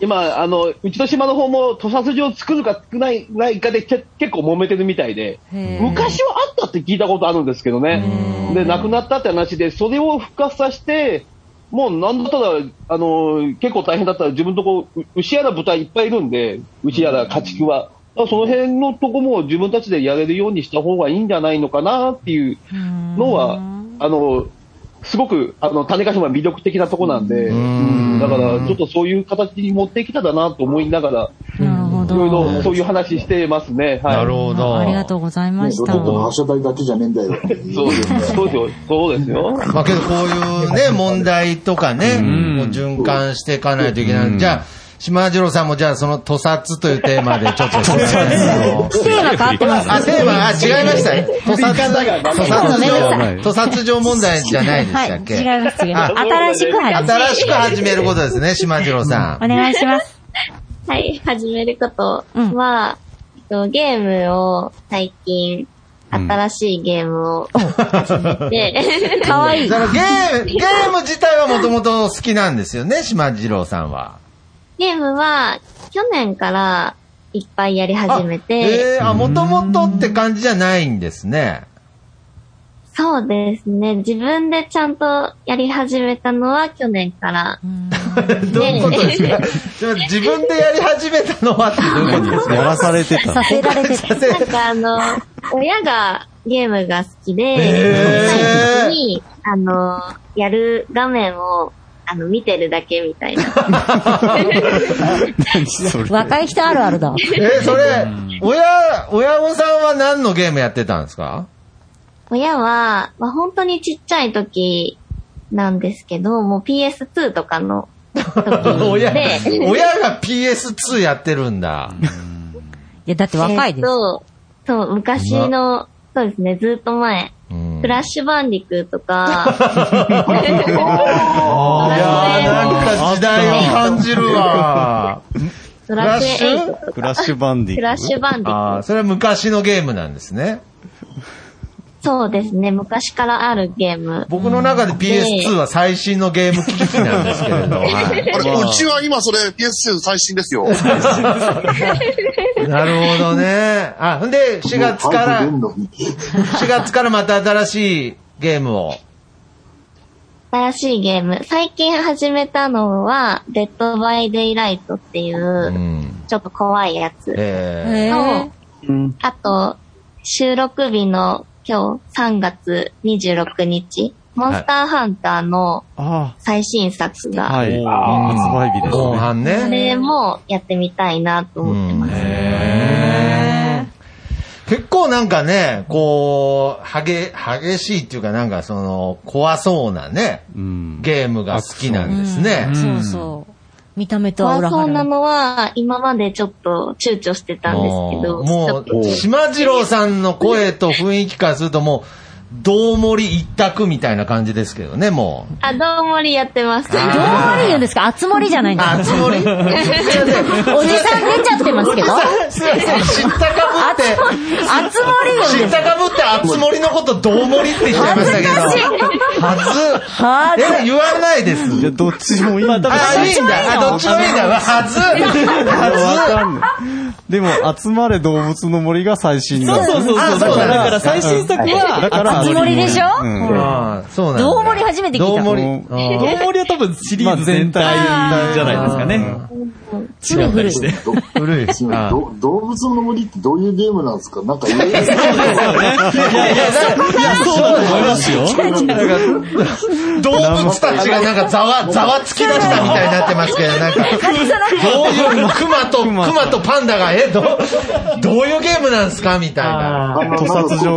Speaker 7: 今、あの、うちの島の方も屠殺場を作るか作らないないかでけ結構揉めてるみたいで、昔はあったって聞いたことあるんですけどね。で、亡くなったって話で、それを復活させて、もうなんだったら、あの、結構大変だったら自分のとこ、う牛やら豚いっぱいいるんで、牛やら家畜は。だからその辺のとこも自分たちでやれるようにした方がいいんじゃないのかなっていうのは、あの、すごく、あの、種子島は魅力的なとこなんで、だから、ちょっとそういう形に持ってきたらなと思いながら、いろいろそういう話してますね。はい、
Speaker 3: なるほど
Speaker 5: ありがとうございま
Speaker 11: ね
Speaker 5: し
Speaker 11: ど
Speaker 5: た。
Speaker 11: この発射台だけじゃねえんだよ。
Speaker 7: そうですね。そうですよ。そうですよ。
Speaker 3: まあけどこういうね、問題とかね、こう循環していかないといけない。じゃあ、島次郎さんもじゃあその屠殺というテーマでちょっと。テー
Speaker 5: マ変わってます
Speaker 3: あ、テーマ、あ、違いましたね。屠殺、屠
Speaker 5: ご
Speaker 3: 殺
Speaker 5: めんなさ
Speaker 3: 場、屠殺場問題じゃないでしたっけ、
Speaker 5: はい、違います、違います。
Speaker 3: あ
Speaker 5: 新しく始める
Speaker 3: 新しく始めることですね、島次郎さん。
Speaker 5: お願いします。
Speaker 13: はい、始めることは、えっとゲームを最近、新しいゲームを 始めて、
Speaker 5: かわいい
Speaker 3: そ。のゲーム、ゲーム自体はもともと好きなんですよね、島次郎さんは。
Speaker 13: ゲームは去年からいっぱいやり始めて、
Speaker 3: えー、あ、もともとって感じじゃないんですね。
Speaker 13: そうですね、自分でちゃんとやり始めたのは去年から。
Speaker 3: どういうことですか自分でやり始めたのはってどういうことですか
Speaker 4: やらされてた。
Speaker 5: させられてた。
Speaker 13: なんかあの、 親がゲームが好きで、
Speaker 3: へー
Speaker 13: 小さい時に、あの、やる画面を、あの、見てるだけみたいな。
Speaker 5: 若い人あるあるだ。
Speaker 3: え、それ、親、親御さんは何のゲームやってたんですか
Speaker 13: 親は、まあ、本当にちっちゃい時なんですけど、もう PS2 とかの、
Speaker 3: 親、
Speaker 13: で
Speaker 3: 親が PS2 やってるんだ。
Speaker 5: いや、だって若いで
Speaker 13: えーとそう、昔の、そうですね、ずっと前、クラッシュバンディクーと か、
Speaker 3: いやー、なんか時代を感じるわ。
Speaker 13: ドラクエ8とか、
Speaker 4: クラッシュバンディ
Speaker 13: クラッシュバンディクー
Speaker 3: あーそれは昔のゲームなんですね。
Speaker 13: そうですね、昔からあるゲーム。
Speaker 3: 僕の中で PS2 は最新のゲーム機器なんですけれど。はい
Speaker 9: あのうちは今それ PS2 最新ですよ。
Speaker 3: なるほど ね。あ、ほんで、4月か
Speaker 11: 早
Speaker 3: ら、
Speaker 11: く出ん
Speaker 3: 4
Speaker 11: のに
Speaker 3: 月からまた新しいゲームを。
Speaker 13: 新しいゲーム。最近始めたのは、デッドバイデイライトっていうう、
Speaker 3: ん。
Speaker 13: ちょっと怖いやつ。
Speaker 3: え
Speaker 5: えー
Speaker 13: と、あと、収録日の今日3月26日、モンスターハンターの
Speaker 4: あ
Speaker 13: 最新作
Speaker 4: あ、
Speaker 13: が、
Speaker 4: はい。
Speaker 7: あ
Speaker 4: 発売日
Speaker 3: ー
Speaker 4: です
Speaker 3: 後
Speaker 4: ね。
Speaker 3: 半
Speaker 13: そ
Speaker 3: ね。
Speaker 13: れもやってみたいなと思ってます。
Speaker 3: へー結構なんかね、こう、激、激しいっていうかなんかその、怖そうなね、
Speaker 4: うん。
Speaker 3: ゲームが好きなんですね。
Speaker 5: そうそう。見た目とは
Speaker 13: 怖
Speaker 5: 裏
Speaker 13: そうな
Speaker 5: 腹。
Speaker 13: のは、今までちょっと躊躇してたんですけど、ちょ
Speaker 3: も
Speaker 13: っ
Speaker 3: う、
Speaker 13: と
Speaker 3: 島次郎さんの声と雰囲気からするともう、どうもり一択みたいな感じですけどね、もう。
Speaker 13: あ、どうもりやってます。
Speaker 5: どうもり言うんですかあつ森じゃないんですか
Speaker 3: あつ森
Speaker 5: おじさん出ちゃってますけど。
Speaker 3: すいません、知ったかぶって、
Speaker 5: あつ森言うん
Speaker 3: 知
Speaker 5: で
Speaker 3: っ
Speaker 5: すか
Speaker 3: たかぶって、あつ森のこと、どうもりって言っちゃいましたけど。
Speaker 5: 恥ずかしい
Speaker 3: はず。
Speaker 5: 恥ず
Speaker 3: え、言わないです。
Speaker 4: いや、どっちもいいんだ。
Speaker 3: あ、いいんだ。あ、どっちもいいんだ。はず。はず。
Speaker 4: はず。でも、集まれ動物の森が最新なんです
Speaker 10: そうそうそうそうだから最新作は
Speaker 4: だから
Speaker 5: 集まりでしょ
Speaker 4: うん
Speaker 5: ほ
Speaker 3: らそう
Speaker 5: どうもり初めて聞いた。
Speaker 10: 大森は多分シリーズ全体じゃないですかね。
Speaker 11: 違ったりして。
Speaker 3: 古い。
Speaker 11: ど動物の森ってどういうゲームなんですかなんかいろいろ。
Speaker 3: 動物たちがなんかざわ、ざわつき出したみたいになってますけど、なんか。どういう、クマと、クマとパンダが、え、どう、どういうゲームなんすかみたいな。
Speaker 11: 子供たちに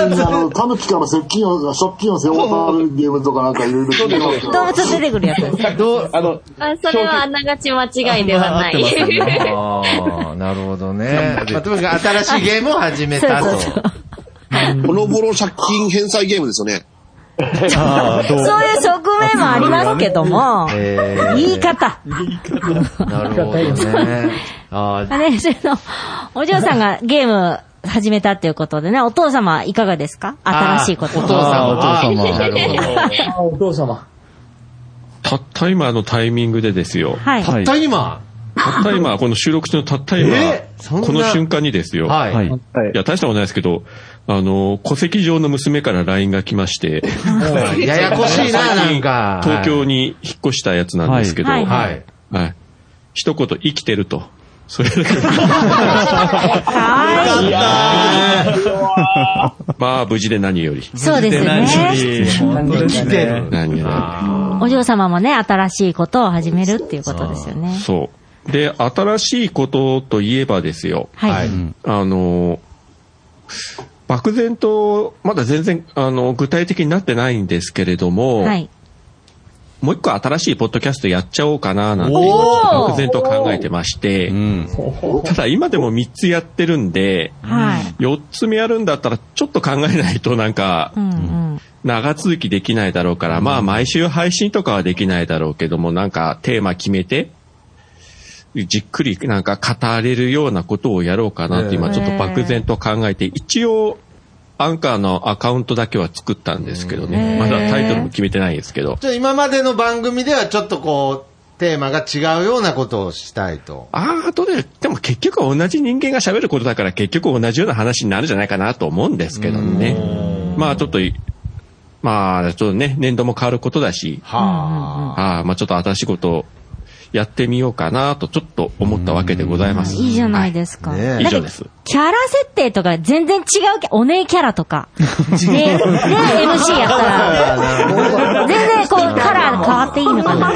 Speaker 11: あの、タヌキから接近を、借金を背負わされるゲームとかなんかいろいろ聞いてますけど
Speaker 5: 動物出てくるやつ。
Speaker 3: どう、あの、
Speaker 13: あそれはあながち間違いではない。
Speaker 3: ああ、なるほどね。 まあとにかく新しいゲームを始めたと。
Speaker 9: ボロボロ借金返済ゲームですよね。
Speaker 3: あーど
Speaker 5: そういう側面もありますけども、
Speaker 3: えー
Speaker 5: 言い方。
Speaker 3: なるほど ね。あ
Speaker 5: あれ、その、お嬢さんがゲーム始めたっていうことでね、お父様いかがですか新しいこと。
Speaker 3: お父様
Speaker 8: あーお父様
Speaker 5: あー
Speaker 8: なるほど
Speaker 12: あお父様。
Speaker 8: たった今のタイミングでですよ。
Speaker 5: はい
Speaker 3: たった今
Speaker 8: たった今、この収録中のたった今、この瞬間にですよ。
Speaker 3: はいはい
Speaker 8: いや、大したことないですけど、あの、戸籍上の娘から LINE が来まして、
Speaker 3: あ、 ややこしいな、なんか。
Speaker 8: 東京に引っ越したやつなんですけど、
Speaker 3: はいはい
Speaker 8: はい一言、生きてると。それだけ。 まあ、無事で何より。
Speaker 5: そうですね
Speaker 8: 無事で何より
Speaker 3: 生きてる
Speaker 8: 何よ
Speaker 5: お嬢様もね、新しいことを始めるっていうことですよね
Speaker 8: り。。そう。で、新しいことといえばですよ。
Speaker 5: はい。
Speaker 8: あの、漠然と、まだ全然、あの、具体的になってないんですけれども、
Speaker 5: はい。
Speaker 8: もう一個新しいポッドキャストやっちゃおうかな、なんて、
Speaker 5: おー
Speaker 8: 漠然と考えてまして、ただ今でも3つやってるんで、
Speaker 5: はい。
Speaker 8: 4つ目やるんだったらちょっと考えないとなんか
Speaker 5: う、んうん。
Speaker 8: 長続きできないだろうから、まあ毎週配信とかはできないだろうけども、なんかテーマ決めて、じっくりなんか語れるようなことをやろうかなって今ちょっと漠然と考えて、一応アンカーのアカウントだけは作ったんですけど
Speaker 3: へ
Speaker 8: ね。
Speaker 3: ー
Speaker 8: まだタイトルも決めてないんですけど。
Speaker 3: じゃあ今までの番組ではちょっとこう、テーマが違うようなことをしたいと。
Speaker 8: ああ、とで、でも結局同じ人間が喋ることだから結局同じような話になるんじゃないかなと思うんですけどね。まあちょっとい、まあちょっとね、年度も変わることだし、
Speaker 3: は
Speaker 8: あー、まあちょっと新しいことをやってみようかなとちょっと思ったわけでございます。
Speaker 5: いいじゃないですか。
Speaker 8: ねえ
Speaker 5: だって
Speaker 8: 以上です
Speaker 5: キャラ設定とか全然違うキャお姉キャラと か。ね、ね MC やったら、全然こうカラー変わっていいのか な。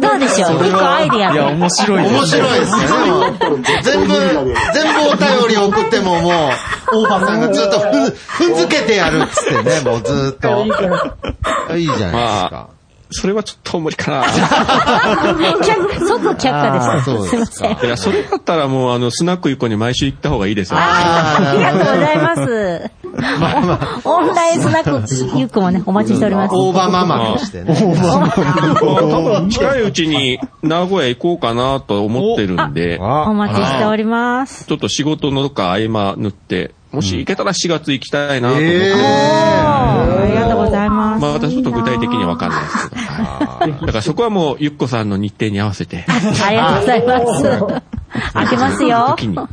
Speaker 5: どうでしょう一個アイディア
Speaker 10: いや、面白い
Speaker 3: 面白 いですよね。もう全部、全部お便り送ってももう、大場さんがずっとふんふんづけてやるっつってね、もうずっと。いいじゃないですか。
Speaker 8: それはちょっと無理かな。
Speaker 5: 却即却下です。すいません。
Speaker 8: いや、それだったらもう、あの、スナック行こに毎週行った方がいいですよ。
Speaker 5: ありがとうございます。 オンラインスナックゆっくもね、お待ちしております。
Speaker 3: 大場ママとしてね。
Speaker 8: 多分近いうちに名古屋行こうかなと思ってるんで、
Speaker 5: お待ちしております。
Speaker 8: ちょっと仕事のどっか合間縫って、もし行けたら4月行きたいなと思って、
Speaker 5: ありがとうございます。
Speaker 8: まあ私ちょっと具体的にはわかんないですけど、はいだからそこはもうゆっこさんの日程に合わせて、
Speaker 5: ありがとうございます。開けますよ。
Speaker 8: 時に、ま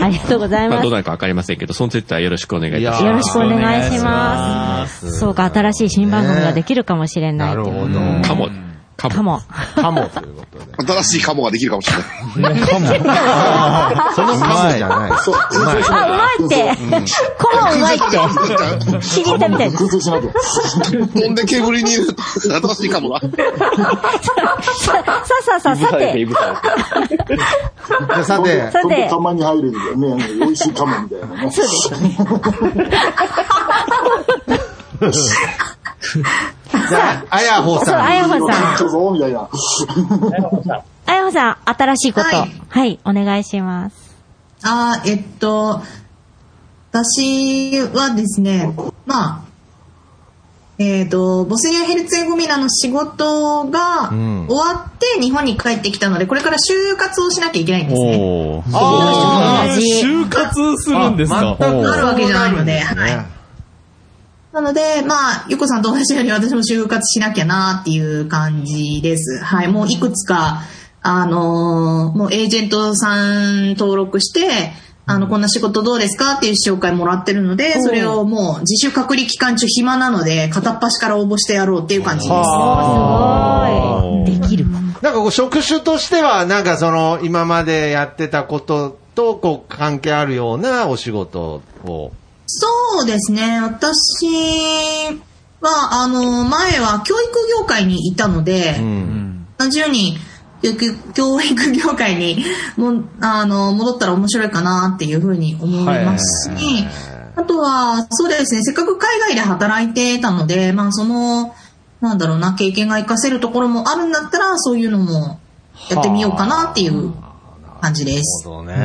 Speaker 5: ありがとうございま
Speaker 8: あ
Speaker 5: す
Speaker 8: どう。なるかわかりませんけど、その節はよろしくお願いいたし
Speaker 5: よ
Speaker 8: ま
Speaker 5: ろしくお願いします。そうか、新しい新番組ができるかもしれない。なるほど。
Speaker 8: す。かも、かも。
Speaker 5: かも。
Speaker 3: カモ。
Speaker 9: 新しいカモができるかもしれない。
Speaker 3: そのカモじゃない。
Speaker 11: そう、そうそうそう
Speaker 5: あ、うまいって。コモうまいって。響いたみたいです。
Speaker 11: 崩しなきゃ。
Speaker 9: 飛んで煙にいる新しいカモが。
Speaker 5: さ、さ、さ、さ、さて。
Speaker 3: さて、
Speaker 5: さ
Speaker 11: 飛ん
Speaker 5: て
Speaker 11: で釜に入るんだよね。美味しいカモみたいなね。
Speaker 5: そうですね。
Speaker 3: じゃあ、あやほ
Speaker 5: そう、
Speaker 3: さ
Speaker 5: あ
Speaker 3: ん。
Speaker 5: やほさん。
Speaker 11: ちょっとみたいな。
Speaker 5: あやほさん、新しいこと。はい、お願いします。
Speaker 14: あーえっと、私はですね、まあ、えっ、と、ボスニア・ヘルツェゴミラの仕事が
Speaker 3: うん
Speaker 14: 終わって日本に帰ってきたので、これから就活をしなきゃいけないんですね。
Speaker 10: おー
Speaker 14: あー
Speaker 10: あー就活するんですか
Speaker 14: あ全くあるわけじゃないので
Speaker 3: はい
Speaker 14: なので、まあ、ゆこさんと同じように私も就活しなきゃなっていう感じです。はい。もういくつか、あのーもうエージェントさん登録して、あの、こんな仕事どうですかっていう紹介もらってるので、それをもう自主隔離期間中暇なので、片っ端から応募してやろうっていう感じです。
Speaker 3: できるなんかこう職種としては、なんかその、今までやってたことと、こう、関係あるようなお仕事を。
Speaker 14: そうですね。私は、あの、前は教育業界にいたので、
Speaker 3: うん。
Speaker 14: 同じように、教育教育業界にも、あの、戻ったら面白いかなっていうふうに思いますし、あとは、そうですね、せっかく海外で働いてたので、まあ、その、なんだろうな、経験が活かせるところもあるんだったら、そういうのもやってみようかなっていう感じです。
Speaker 3: そうね。い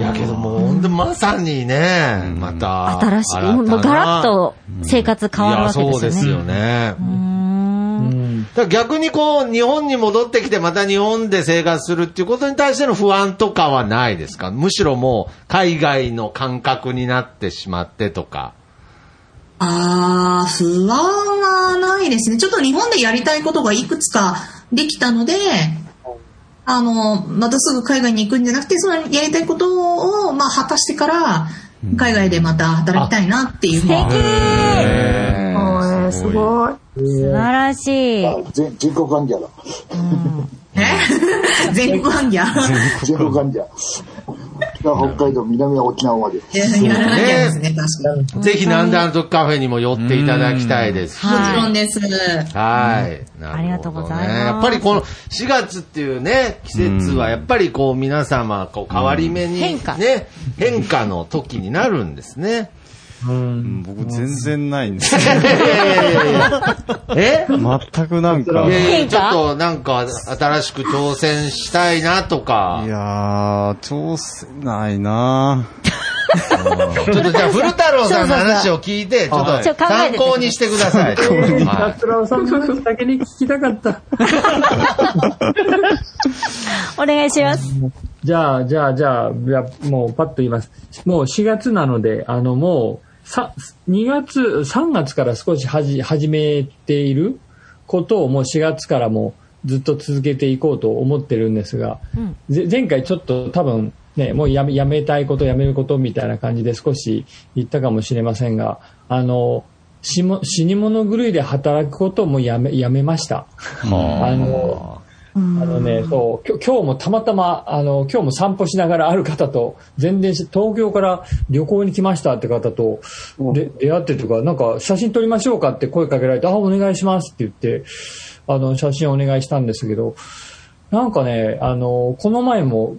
Speaker 3: やけどもう、ほんとまさにね、また。
Speaker 5: 新しい、もう
Speaker 3: たな
Speaker 5: ガラッと生活変わるわけですよね。
Speaker 3: いやそうですよね。だから逆にこう、日本に戻ってきて、また日本で生活するっていうことに対しての不安とかはないですかむしろもう、海外の感覚になってしまってとか。
Speaker 14: あー、不安はないですね。ちょっと日本でやりたいことがいくつかできたので、あの、またすぐ海外に行くんじゃなくて、そのやりたいことを、まあ、果たしてから、海外でまた働きたいなっていう。素
Speaker 6: すごい。
Speaker 5: 素晴らしい。
Speaker 11: 全全国患者だ。
Speaker 14: 全国患者
Speaker 11: 全国患者。北海道、南は沖縄まで。
Speaker 14: やらなきゃですね、確かに。
Speaker 3: ぜひ、なんであの時カフェにも寄っていただきたいですし。
Speaker 14: もちろんです。
Speaker 3: はい。ありがとうございます。やっぱりこの4月っていうね、季節はやっぱりこう皆様、こう変わり目に、ね、変化。変化の時になるんですね。
Speaker 4: うん、僕全 然ないんですよ
Speaker 3: え
Speaker 4: 全くなん
Speaker 3: い
Speaker 4: か。
Speaker 3: やいやちょっとなんか新しく挑戦したいなとか。
Speaker 4: いやー、挑戦ないな
Speaker 3: ちょっとじゃあ古太郎さんの話を聞いて、ちょ
Speaker 4: そうそうそう
Speaker 3: っと参考にしてください。
Speaker 4: ちょっと考えてみてください
Speaker 3: は
Speaker 12: カ
Speaker 3: い
Speaker 12: ツラオさんの話だけに聞きたかった。
Speaker 5: お願いします。
Speaker 12: じゃあ、じゃあ、じゃあ、じゃあもうパッと言います。もう4月なので、あの、もう、さ、2月、3月から少しはじ、始めていることをもう4月からもずっと続けていこうと思ってるんですが、ぜ前回ちょっと多分ね、もうやめやめたいこと、やめることみたいな感じで少し言ったかもしれませんが、あの、死も死に物狂いで働くことをもうやめ、やめました。あの、あのね、そう、きょ今日もたまたま、あの、今日も散歩しながらある方と、全然し、東京から旅行に来ましたって方と、で、出会ってとか、なんか、写真撮りましょうかって声かけられて、あ、お願いしますって言って、あの、写真お願いしたんですけど、なんかね、あの、この前も、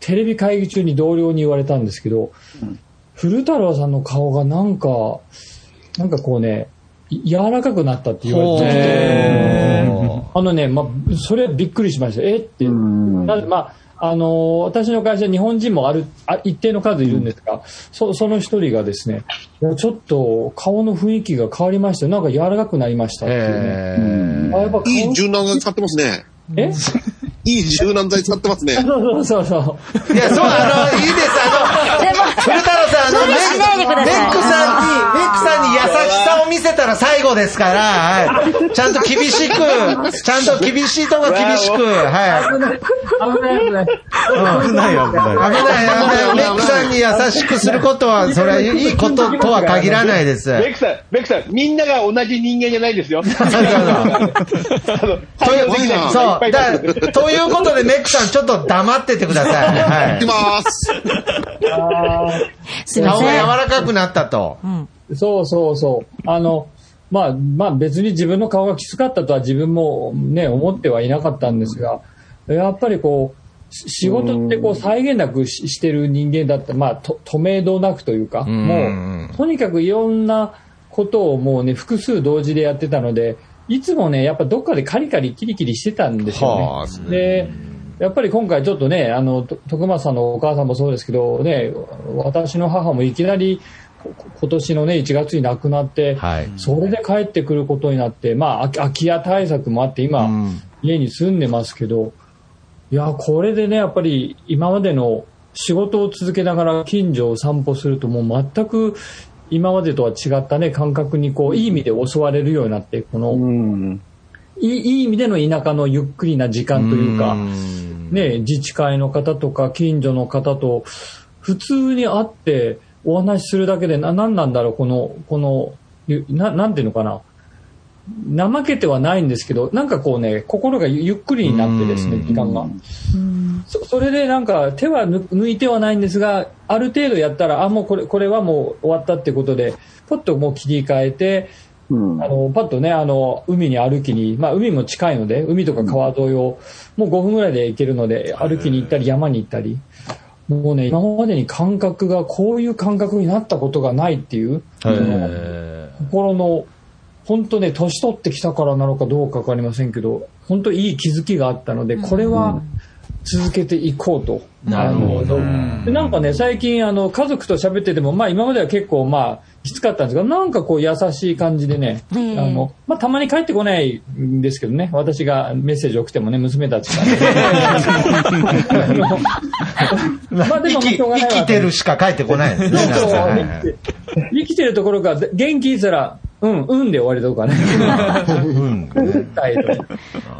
Speaker 12: テレビ会議中に同僚に言われたんですけど、古太郎さんの顔がなんか、なんかこうね、い柔らかくなったって言われて、あのね、まあ、それはびっくりしました。えって。なまあ、あのー私の会社日本人もある、あ一定の数いるんですが、そその一人がですね、いやちょっと顔の雰囲気が変わりましたよなんか柔らかくなりましたっていうね。あやっぱ顔
Speaker 9: いい柔軟剤使ってますね。
Speaker 12: え
Speaker 9: いい柔軟剤使ってますね。
Speaker 12: そうそうそうそう。
Speaker 3: いや、そう、あの、いいです、あの、古太郎さん、あの、
Speaker 9: 無理しないでください
Speaker 3: メックさんに、メックさんに優しさを見せたら最後ですから、はい。ちゃんと厳しく、ちゃんと厳しいとこ厳しく、はい。
Speaker 12: 危ない危ない。
Speaker 3: 危ない、危ない。危ない、メックさんに優しくすることは、それはいいこととは限らないです。
Speaker 7: ベックさん、ベックさん、みんなが同じ人間じゃないですよ。
Speaker 3: という
Speaker 7: 対応できない人
Speaker 3: そ。
Speaker 7: がいうっぱいい
Speaker 3: だ
Speaker 7: る
Speaker 3: ということで、メックさん、ちょっと黙っててください。はい。
Speaker 9: 行きます。
Speaker 12: すいませ
Speaker 3: 顔
Speaker 12: ん
Speaker 3: が柔らかくなったと。
Speaker 12: そうそうそう。あの、まあ、まあ別に自分の顔がきつかったとは自分もね、思ってはいなかったんですが、やっぱりこう、し仕事ってこう際限なくししてる人間だった、まあ、と、止めどなくというか、もう、とにかくいろんなことをもうね、複数同時でやってたので、いつもね、やっぱどっかでカリカリキリキリしてたんですよね。
Speaker 3: はあ
Speaker 12: で、やっぱり今回ちょっとね、あの、と徳松さんのお母さんもそうですけど、ね、私の母もいきなり、こ今年のね、1月に亡くなって、それで帰ってくることになって、まあ、あ空き家対策もあって、今、家に住んでますけど、いや、これでね、やっぱり今までの仕事を続けながら近所を散歩すると、もう全く今までとは違ったね、感覚にこう、いい意味で襲われるようになって、この、いいいい意味での田舎のゆっくりな時間というか、ね、自治会の方とか近所の方と普通に会ってお話しするだけでな何なんだろうこのこのゆななんていうのかな怠けてはないんですけどなんかこうね心がゆゆっくりになってですね時間がそそれでなんか手は抜抜いてはないんですがある程度やったらあもうこれこれはもう終わったってことでポッともう切り替えてあのパッとねあの海に歩きに、まあ、海も近いので海とか川沿いをもう5分ぐらいで行けるので歩きに行ったり山に行ったりもうね今までに感覚がこういう感覚になったことがないっていう心の本当ね年取ってきたからなのかどうか分かりませんけど本当いい気づきがあったのでこれは続けていこうと。
Speaker 3: なるほど。
Speaker 12: でなんかね、最近、あの、家族と喋ってても、まあ今までは結構、まあ、きつかったんですけど、なんかこう優しい感じでね、あの、まあたまに帰ってこないんですけどね、私がメッセージ送ってもね、娘たちが。 まあでも、しょうがない
Speaker 3: 生きてるしか帰ってこないですね。
Speaker 12: そうそう
Speaker 3: はいはい
Speaker 12: 生きて生きてるところが、元気いたら、うん、うんで終わりとかね。うん。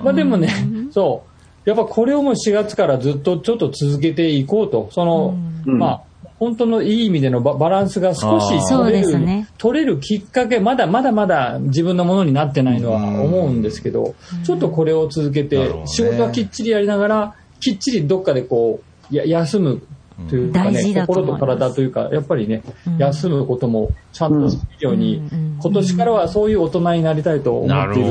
Speaker 12: まあでもね、そう。やっぱこれをもう4月からずっとちょっと続けていこうと、その、まあ、本当のいい意味でのババランスが少
Speaker 5: あ
Speaker 12: し
Speaker 5: ー
Speaker 12: 取
Speaker 5: そ
Speaker 12: れ
Speaker 5: うです
Speaker 12: る、
Speaker 5: ね
Speaker 12: 取れるきっかけ、まだまだまだ自分のものになってないのは思うんですけど、ちょっとこれを続けて、仕事はきっちりやりながら、きっちりどっかでこう、や休むというか
Speaker 5: 大事
Speaker 12: ね、
Speaker 5: だと思
Speaker 12: 心
Speaker 5: います
Speaker 12: と体というか、やっぱりね、休むこともちゃんとするように、今年からはそういう大人になりたいと思っている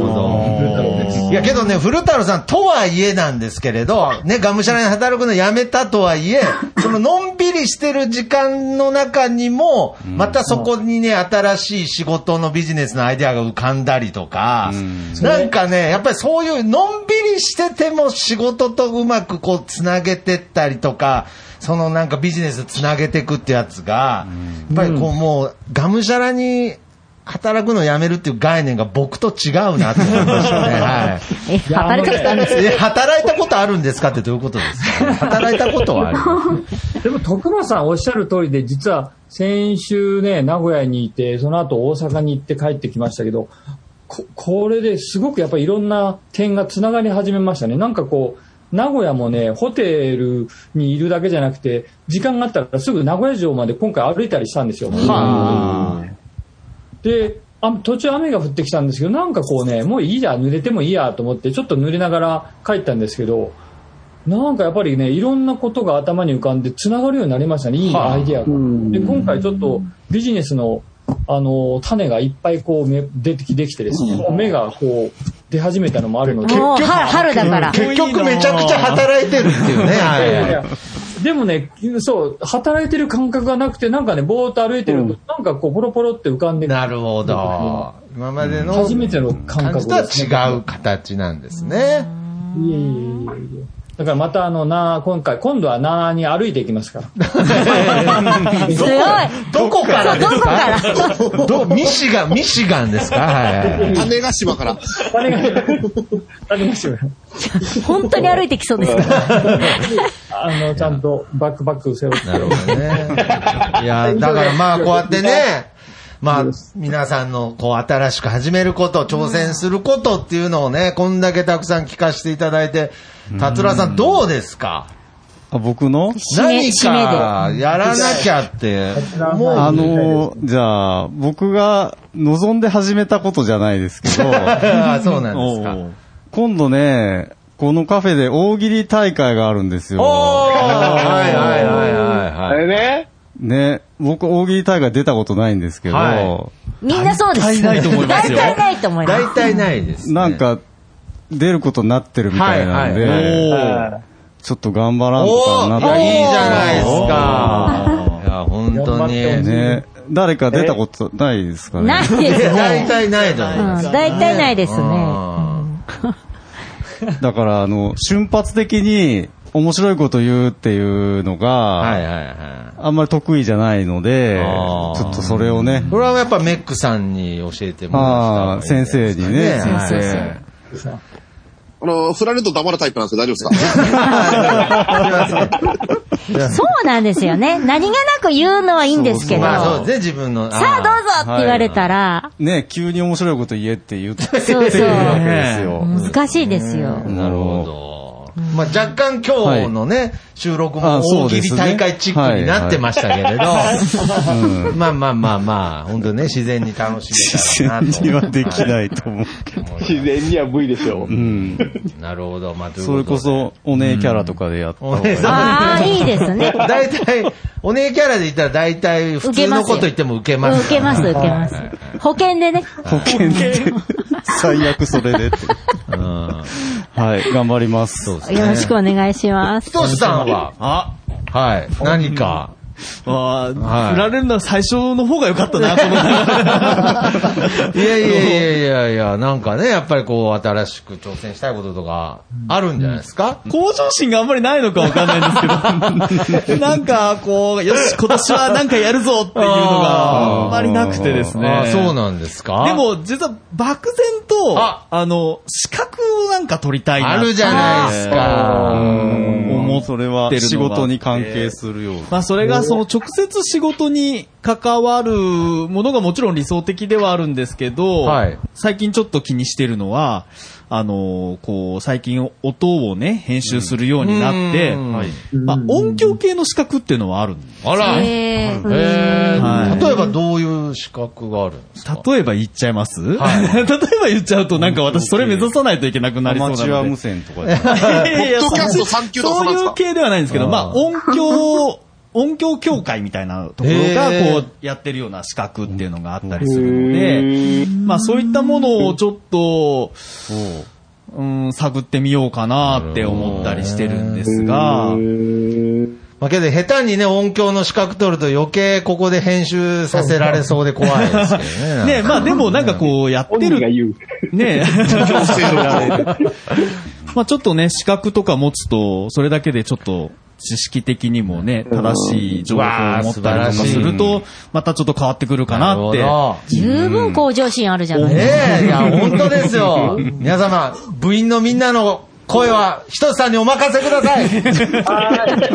Speaker 3: いやけどね、古太郎さんとはいえなんですけれど、ね、がむしゃらに働くのやめたとはい え、そののんびりしてる時間の中にも、またそこにね、新しい仕事のビジネスのアイデアが浮かんだりとか、なんかね、やっぱりそういうのんびりしてても仕事とうまくこうつなげてったりとか、そのなんかビジネスつなげていくってやつが、やっぱりこうもう、がむしゃらに働くのやめるっていう概念が僕と違うなって思いましたね。はい。
Speaker 5: え、働いたことある
Speaker 3: え働いたことあるんですかってどういうことですか働いたことはある。
Speaker 12: でも徳間さんおっしゃる通りで、実は先週ね、名古屋にいて、その後大阪に行って帰ってきましたけど、ここれですごくやっぱりいろんな点がつながり始めましたね。なんかこう、名古屋もね、ホテルにいるだけじゃなくて、時間があったらすぐ名古屋城まで今回歩いたりしたんですよ。で、あ途中雨が降ってきたんですけど、なんかこうね、もういいや、濡れてもいいやと思って、ちょっと濡れながら帰ったんですけど、なんかやっぱりね、いろんなことが頭に浮かんで、つながるようになりましたね、いいアイディアが。で、今回ちょっとビジネスの、あの、種がいっぱいこう、め出てきできてですね、もう芽がこう、出始めたのもあるので、
Speaker 5: もう春春だから
Speaker 3: 結局めちゃくちゃ働いてるっていうね。はい
Speaker 12: いやいや でもね、そう、働いてる感覚がなくて、なんかね、ぼーっと歩いてると、なんかこう、ポロポロって浮かんで
Speaker 3: なるほど。今までの
Speaker 12: 初めての感
Speaker 3: 感
Speaker 12: 覚
Speaker 3: じとは違う形なんですね。
Speaker 12: いえいえいえいえだからまたあのなあ、今回、今度はなあに歩いていきますから。
Speaker 5: すごい
Speaker 3: どこからですか
Speaker 5: そう
Speaker 3: どこからミシガン、ミシガンですか はい。
Speaker 9: 種子島から。
Speaker 12: 種子種子島。
Speaker 5: 本当に歩いてきそうですから。
Speaker 12: あの、ちゃんとバックバック背負って。
Speaker 3: なるほどね。い や、だからまあこうやってね、まあ皆さんのこう新しく始めること、挑戦することっていうのをね、こんだけたくさん聞かせていただいて、達郎さんどうですか
Speaker 4: あ僕の
Speaker 3: 何かやらなきゃって、もう、
Speaker 4: あのーじゃあ、僕が望んで始めたことじゃないですけど。
Speaker 3: あそうなんですか
Speaker 4: おう今度ね、このカフェで大喜利大会があるんですよ。
Speaker 3: はいはいはいは
Speaker 7: あ
Speaker 3: い。
Speaker 7: れね。
Speaker 4: ね、僕大喜利大会出たことないんですけど、
Speaker 3: は
Speaker 5: みんなそうです。
Speaker 4: 大体ないと思いますよ
Speaker 5: 大体ないと思います。
Speaker 3: 大体ないです。
Speaker 4: なんか、出ることになってるみたいなんで、
Speaker 3: はいはいはい
Speaker 4: おーちょっと頑張らんとかなっ
Speaker 3: おー
Speaker 4: て。
Speaker 3: いいじゃないですか。いや、本当に。
Speaker 4: ね、誰か出たことないですかね。
Speaker 5: ないですね。
Speaker 3: 大体ないじゃないですか。
Speaker 5: うん大体ないですね。
Speaker 4: だから、あの、瞬発的に面白いこと言うっていうのが、あんまり得意じゃないので、ちょっとそれをね、
Speaker 3: これはやっぱメックさんに教えても
Speaker 4: あ
Speaker 3: ら
Speaker 4: あ、
Speaker 3: った方がい
Speaker 4: 先
Speaker 3: いで
Speaker 4: 生
Speaker 3: すか
Speaker 4: に
Speaker 3: ね。
Speaker 4: ね、先
Speaker 3: はい
Speaker 4: 生。
Speaker 9: あの、振られると黙るタイプなんですけど大丈夫ですか
Speaker 5: そうなんですよね。何気なく言うのはいいんですけど。
Speaker 4: そうそうまあ
Speaker 5: さ
Speaker 4: そう
Speaker 3: で、自分の。
Speaker 5: あどうぞって言われたら、
Speaker 4: ね、急に面白いこと言えって言って
Speaker 5: そうそう
Speaker 4: っていうわけですよ。
Speaker 5: 難しいですよ。
Speaker 4: なるほ
Speaker 3: ど。まあ若干今日のね、収録も大喜利大会チックになってましたけれど
Speaker 4: あそうですねはいはい
Speaker 3: うん、 まあまあまあまあ、本当ね、自然に楽しめ たらなと。
Speaker 4: にはできないと思う。
Speaker 7: 自然には無理でし ょう。
Speaker 4: うん。
Speaker 3: なるほど、まあという
Speaker 4: それこそ、お姉キャラとかでやった方
Speaker 3: お
Speaker 4: がい
Speaker 3: 姉
Speaker 4: い。
Speaker 3: さん
Speaker 5: あーいいですね
Speaker 3: 大体、お姉キャラで言ったら大体普通のこと言っても受けます
Speaker 5: 受けます、受けます。保険でね。
Speaker 4: 保険で。最悪それでって。はい、頑張ります。そう
Speaker 5: よろしくお願いします。
Speaker 3: ひとしさんは、あ、はい、何か。
Speaker 10: あ
Speaker 3: はい
Speaker 10: 振られるのは最初の方が良かった な、と思って。
Speaker 3: いやいやいやいやいや、なんかね、やっぱりこう、新しく挑戦したいこととか、あるんじゃないですか、
Speaker 10: 向上心があんまりないのかわかん ないんですけど、なんかこう、よし、今年はなんかやるぞっていうのがあんまりなくてですね。
Speaker 3: あそうなんですか
Speaker 10: で、も、実は漠然と、あの、資格をなんか取りたいな
Speaker 3: あるじゃないですか
Speaker 10: うん思って
Speaker 4: それは
Speaker 10: るのが
Speaker 4: 仕事に関係するような。
Speaker 10: まあそれがその直接仕事に関わるものがもちろん理想的ではあるんですけど、最近ちょっと気にしてるのは、あのーこう、最近音をね、編集するようになって、
Speaker 3: うんはい
Speaker 10: まあ音響系の資格っていうのはあるんです
Speaker 3: あら、
Speaker 10: へー
Speaker 3: え
Speaker 10: はい
Speaker 3: 例えばどういう資格があるんですか
Speaker 10: 例えば言っちゃいます、 例えば言っちゃうとなんか私それ目指さないといけなくなりそうなので。
Speaker 4: アマチュア無線とかで
Speaker 9: ポッドキャスト三級とか
Speaker 10: そういう系ではないんですけど、
Speaker 4: あー
Speaker 10: まあ音響、 音響協会みたいなところ
Speaker 4: へ
Speaker 10: が
Speaker 4: ー
Speaker 10: こうやってるような資格っていうのがあったりするので、まあそういったものをちょっと、うん、探ってみようかなって思ったりしてるんですが、
Speaker 3: まあけど、下手にね、音響の資格取ると余計ここで編集させられそうで怖いですけどね。
Speaker 10: ねまあでもなんかこうやってる。 ねまあちょっとね、資格とか持つと、それだけでちょっと、知識的にもね、正しい情報を持ったりとかする
Speaker 3: う
Speaker 10: と、またちょっと変わってくるかなって
Speaker 3: なるほ。
Speaker 5: 十分向上心あるじゃない
Speaker 3: ね
Speaker 5: ですか。
Speaker 3: え、いや、本当で すよ。皆様、部員のみんなの声は、ひとつさんにお任せください。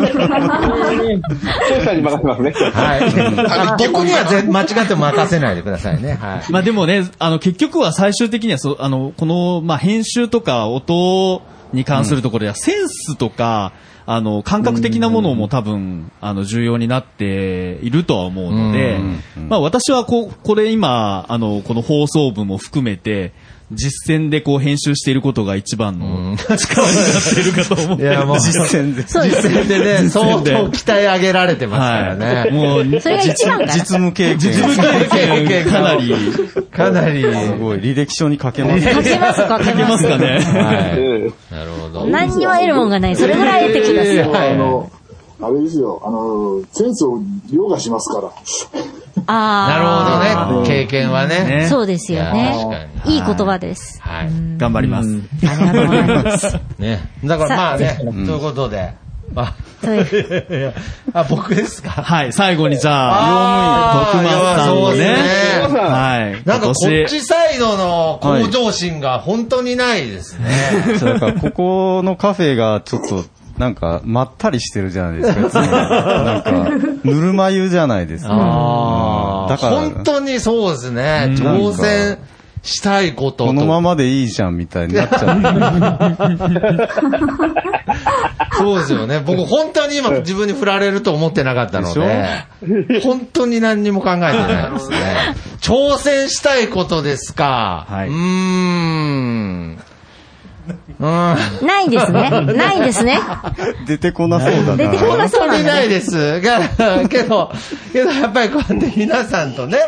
Speaker 7: ひとしさんに任せますね。
Speaker 3: はい。僕にはぜ間違っても任せないでくださ いね。はい。
Speaker 10: まあでもね、あの結局は最終的にはそう、あの、この、まあ編集とか音に関するところでは、センスとか、あの、感覚的なものも多分、あの、重要になっているとは思うので
Speaker 4: うん、
Speaker 10: まあ私はこう、これ今、あの、この放送部も含めて、実践でこう編集していることが一番の力にな っているかと思って
Speaker 3: いやもう
Speaker 10: 実践で。
Speaker 3: そうですね実践でね
Speaker 10: 実践で
Speaker 3: 相当鍛え上げられてますからね
Speaker 10: はいもう、
Speaker 3: それが一番かな
Speaker 4: 実務経験。
Speaker 10: 実務経験かなり、
Speaker 3: かなり。
Speaker 4: すごい、履歴書に書けます。
Speaker 5: 書けます書けます書けますかね
Speaker 3: はい。なるほど。
Speaker 5: 何にも得るもんがない。それぐらい得てきますよ。
Speaker 11: あの、あれですよ、あの、センスを凌駕しますから。
Speaker 5: あ
Speaker 3: なるほどね。経験はね。
Speaker 5: あ。そうですよ
Speaker 3: いや確か
Speaker 5: ね
Speaker 3: に。
Speaker 5: いい言葉です。
Speaker 3: はい。
Speaker 10: 頑張ります。
Speaker 3: ね。だからまあね、
Speaker 10: さ
Speaker 3: ということで。あ、
Speaker 5: い
Speaker 3: やいやあ、僕ですか
Speaker 10: はい、最後にじゃあ、
Speaker 3: あー
Speaker 10: 徳松さんの
Speaker 3: い
Speaker 10: ね
Speaker 3: やそうですね、
Speaker 10: はい、
Speaker 3: なんかこ
Speaker 10: 今
Speaker 3: っ
Speaker 10: 年
Speaker 3: ちサイドの向上心が本当にないですね。
Speaker 4: そうだからここのカフェがちょっと、なんか、まったりしてるじゃないですかいつも。なんか、ぬるま湯じゃないですか。
Speaker 3: あー
Speaker 4: だから、
Speaker 3: 本当にそうですね。
Speaker 4: うん
Speaker 3: 挑戦したいことと。
Speaker 4: このままでいいじゃんみたいになっちゃう。
Speaker 3: そうですよね。僕本当に今自分に振られると思ってなかったので、本当に何にも考えて ないですね。挑戦したいことですか。うーん。うん
Speaker 5: ないんですね。 ないんですね。
Speaker 4: 出てこなそうだな。
Speaker 5: 出てこなそう
Speaker 3: 本当
Speaker 5: だ
Speaker 3: に
Speaker 5: ね
Speaker 3: ないです。が、けど、けどやっぱりこうやって皆さんとね、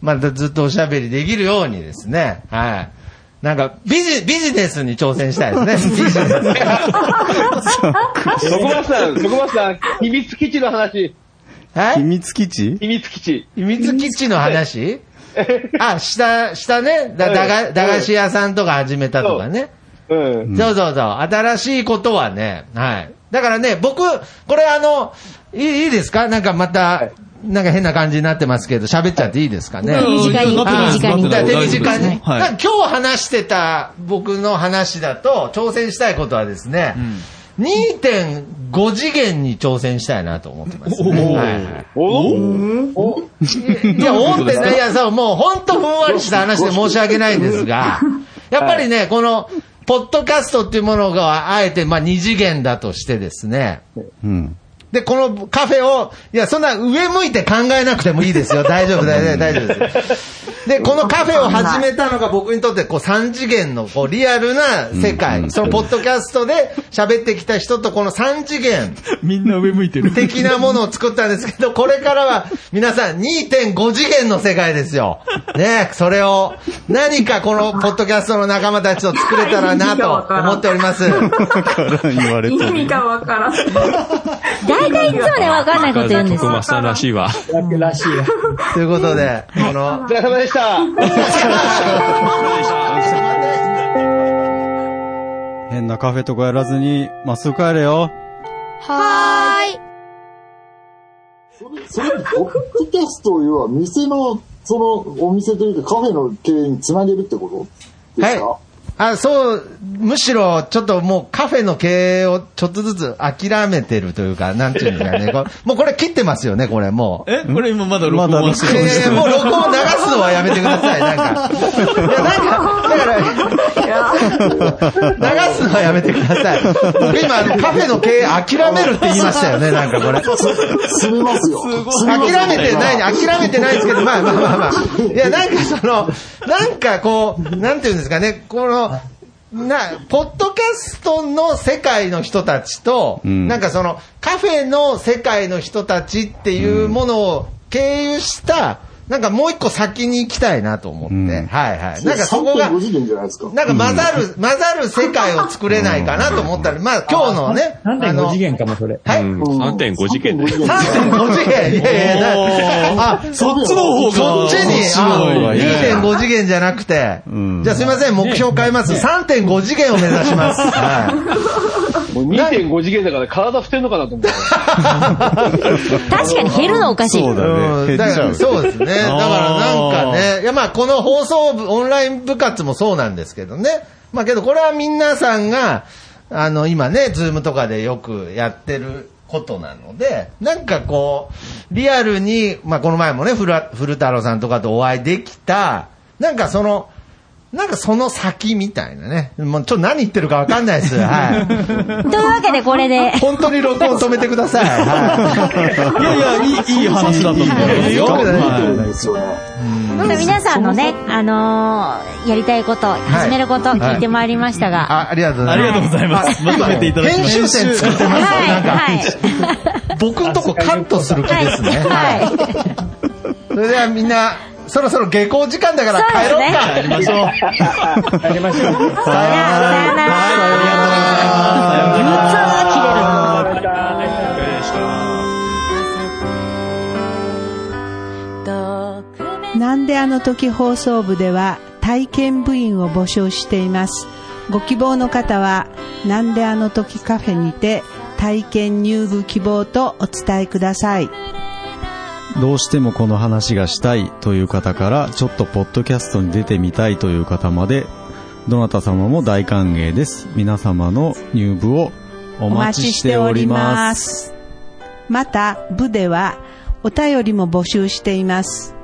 Speaker 3: またずっとおしゃべりできるようにですね、はい。なんか、ビジ、ビジネスに挑戦したいですね。ビジネス
Speaker 7: 徳松さ ん、徳松さん、秘密基地の話。
Speaker 4: 秘密基地
Speaker 7: 秘密基地。
Speaker 3: 秘密基地の話あ、下、下ね、だ、
Speaker 7: うん
Speaker 3: だが、駄菓子屋さんとか始めたとかね。うん。そうそうそう。新しいことはね、はい。だからね、僕、これあの、いいいいですかなんかまた、なんか変な感じになってますけど、喋っちゃっていいですかね。
Speaker 5: 手短に手短に
Speaker 3: はい手短
Speaker 5: は
Speaker 3: に。
Speaker 5: い
Speaker 3: だから今日話してた僕の話だと、挑戦したいことはですね、2.5次元に挑戦したいなと思ってます、ね。はいはい
Speaker 7: お
Speaker 3: いや、思ってない。いや、そう、もう本当ふんわりした話で申し訳ないんですが、やっぱりね、この、ポッドキャストっていうものが、あえて、まあ、二次元だとしてですね、
Speaker 4: うん。
Speaker 3: で、このカフェを、いや、そんな上向いて考えなくてもいいですよ。大丈夫、大丈夫、大丈夫です。で、このカフェを始めたのが僕にとって、こう、三次元の、こう、リアルな世界。その、ポッドキャストで喋ってきた人と、この三次元。
Speaker 10: みんな上向いてる。
Speaker 3: 的なものを作ったんですけど、これからは皆さん2.5次元の世界ですよ。ねそれを何かこのポッドキャストの仲間たちと作れたらなと思っております。
Speaker 4: 言われ
Speaker 6: 意味がわからん。
Speaker 5: 大体いつまでわかんないこと言うんですよ。
Speaker 8: さんらしいわ。
Speaker 12: らしいわ。
Speaker 3: ということで、この、
Speaker 7: お疲れ様でした。
Speaker 4: 変なカフェとかやらずに、まっすぐ帰れよ。
Speaker 14: はーい。
Speaker 11: それ、ポッドキャストを要は、店の、その、お店というか、カフェの経営につなげるってことですか、
Speaker 3: あ、そう、むしろ、ちょっともうカフェの経営をちょっとずつ諦めてるというか、なんていうんで すかね。これもうこれ切ってますよね、これもう。
Speaker 10: えこれ今まだ録
Speaker 3: まだ
Speaker 10: 音
Speaker 3: 録
Speaker 10: してる。
Speaker 3: 音してるいやいやもう録音流すのはやめてくださいなんか流すのはやめてください。僕今、あのカフェの経営諦めるって言いましたよね、なんかこ れ。
Speaker 11: すみますよ。
Speaker 3: 諦めてない、諦めてないですけど、まあまあまあまあ。いや、なんかその、なんかこう、なんていうんですかね、この、な、ポッドキャストの世界の人たちと、
Speaker 4: うん
Speaker 3: なんかその、カフェの世界の人たちっていうものを経由した、なんかもう一個先に行きたいなと思って、はいはい。なんかそこが、
Speaker 11: 3.5次元じゃないですか。
Speaker 3: なんか混ざる、混ざる世界を作れないかなと思ったら、まあ今日のね、あ
Speaker 12: 3.5
Speaker 3: の
Speaker 12: 次元かも、それ。
Speaker 3: はい。
Speaker 8: 3.5次元で。
Speaker 3: 3.5次元いやいや、なあ、
Speaker 10: そっちの方が
Speaker 3: そっちに、あ
Speaker 10: 白いね
Speaker 3: 2.5次元じゃなくて、じゃあすいません、目標変えます。3.5次元を目指します。は
Speaker 7: もう2.5次元だから体振ってんのかなと思う。
Speaker 5: 確かに減るのおかしい。
Speaker 4: そうだね。減
Speaker 3: い。
Speaker 4: っ
Speaker 3: だ
Speaker 4: ち
Speaker 3: か
Speaker 4: ゃう。
Speaker 3: ら、そうですね。だからなんかね、いやまあこの放送部、オンライン部活もそうなんですけどね。まあけどこれは皆さんが、あの今ね、ズームとかでよくやってることなので、なんかこう、リアルに、まあこの前もね、古古太郎さんとかとお会いできた、なんかその、なんかその先みたいなね。もうちょっと何言ってるかわかんないです。はい。
Speaker 5: というわけでこれ で。
Speaker 3: 本当に録音止めてくださ い。はい
Speaker 10: やいや、いい、いい話だと思う。
Speaker 3: い。よくない。
Speaker 11: 見てるんですよね。
Speaker 5: まだ皆さんのね、あのーやりたいこと、始めることを聞いてまいりましたが。
Speaker 3: あ、ありがとうござ
Speaker 10: あ
Speaker 3: い
Speaker 10: り
Speaker 3: ます
Speaker 10: がとうございます。まとめていただきま
Speaker 3: 編
Speaker 10: し
Speaker 3: 集線作って
Speaker 5: は
Speaker 3: ますねなんか、
Speaker 5: い、はい。
Speaker 3: 僕のとこカットする気ですね。
Speaker 5: はい。はい
Speaker 3: それではみんな、そろそろ下校時間だから帰ろうか。
Speaker 10: た。やりましょう。
Speaker 12: ありまし
Speaker 5: さ
Speaker 12: た。
Speaker 5: よなら。
Speaker 10: さようなら
Speaker 5: ずっと切れるの。
Speaker 15: なんであの時放送部では体験部員を募集しています。ご希望の方は、なんであの時カフェにて体験入部希望とお伝えください。
Speaker 4: どうしてもこの話がしたいという方から、ちょっとポッドキャストに出てみたいという方まで、どなた様も大歓迎です。皆様の入部をお待ちしております。
Speaker 15: す。また、部ではお便りも募集しています。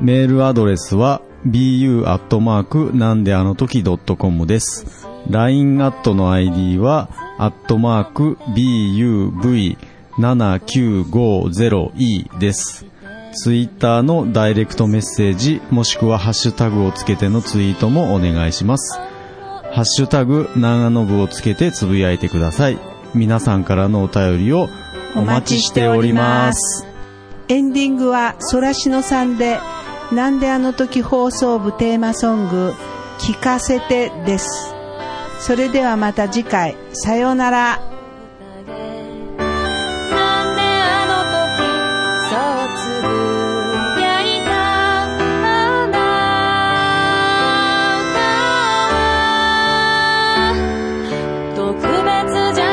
Speaker 4: メールアドレスは bu アットマークなんであの時 .com です。LINE アットの ID はアットマーク buv7950e です。ツイッターのダイレクトメッセージもしくはハッシュタグをつけてのツイートもお願いします。ハッシュタグ長野部をつけてつぶやいてください。皆さんからのお便りをお待ちしております。
Speaker 15: エンディングはソラシノさんで、なんであの時放送部テーマソング、聞かせてです。それではまた次回、さようなら。
Speaker 16: なんであの時そうつぶやいたあなたはじゃ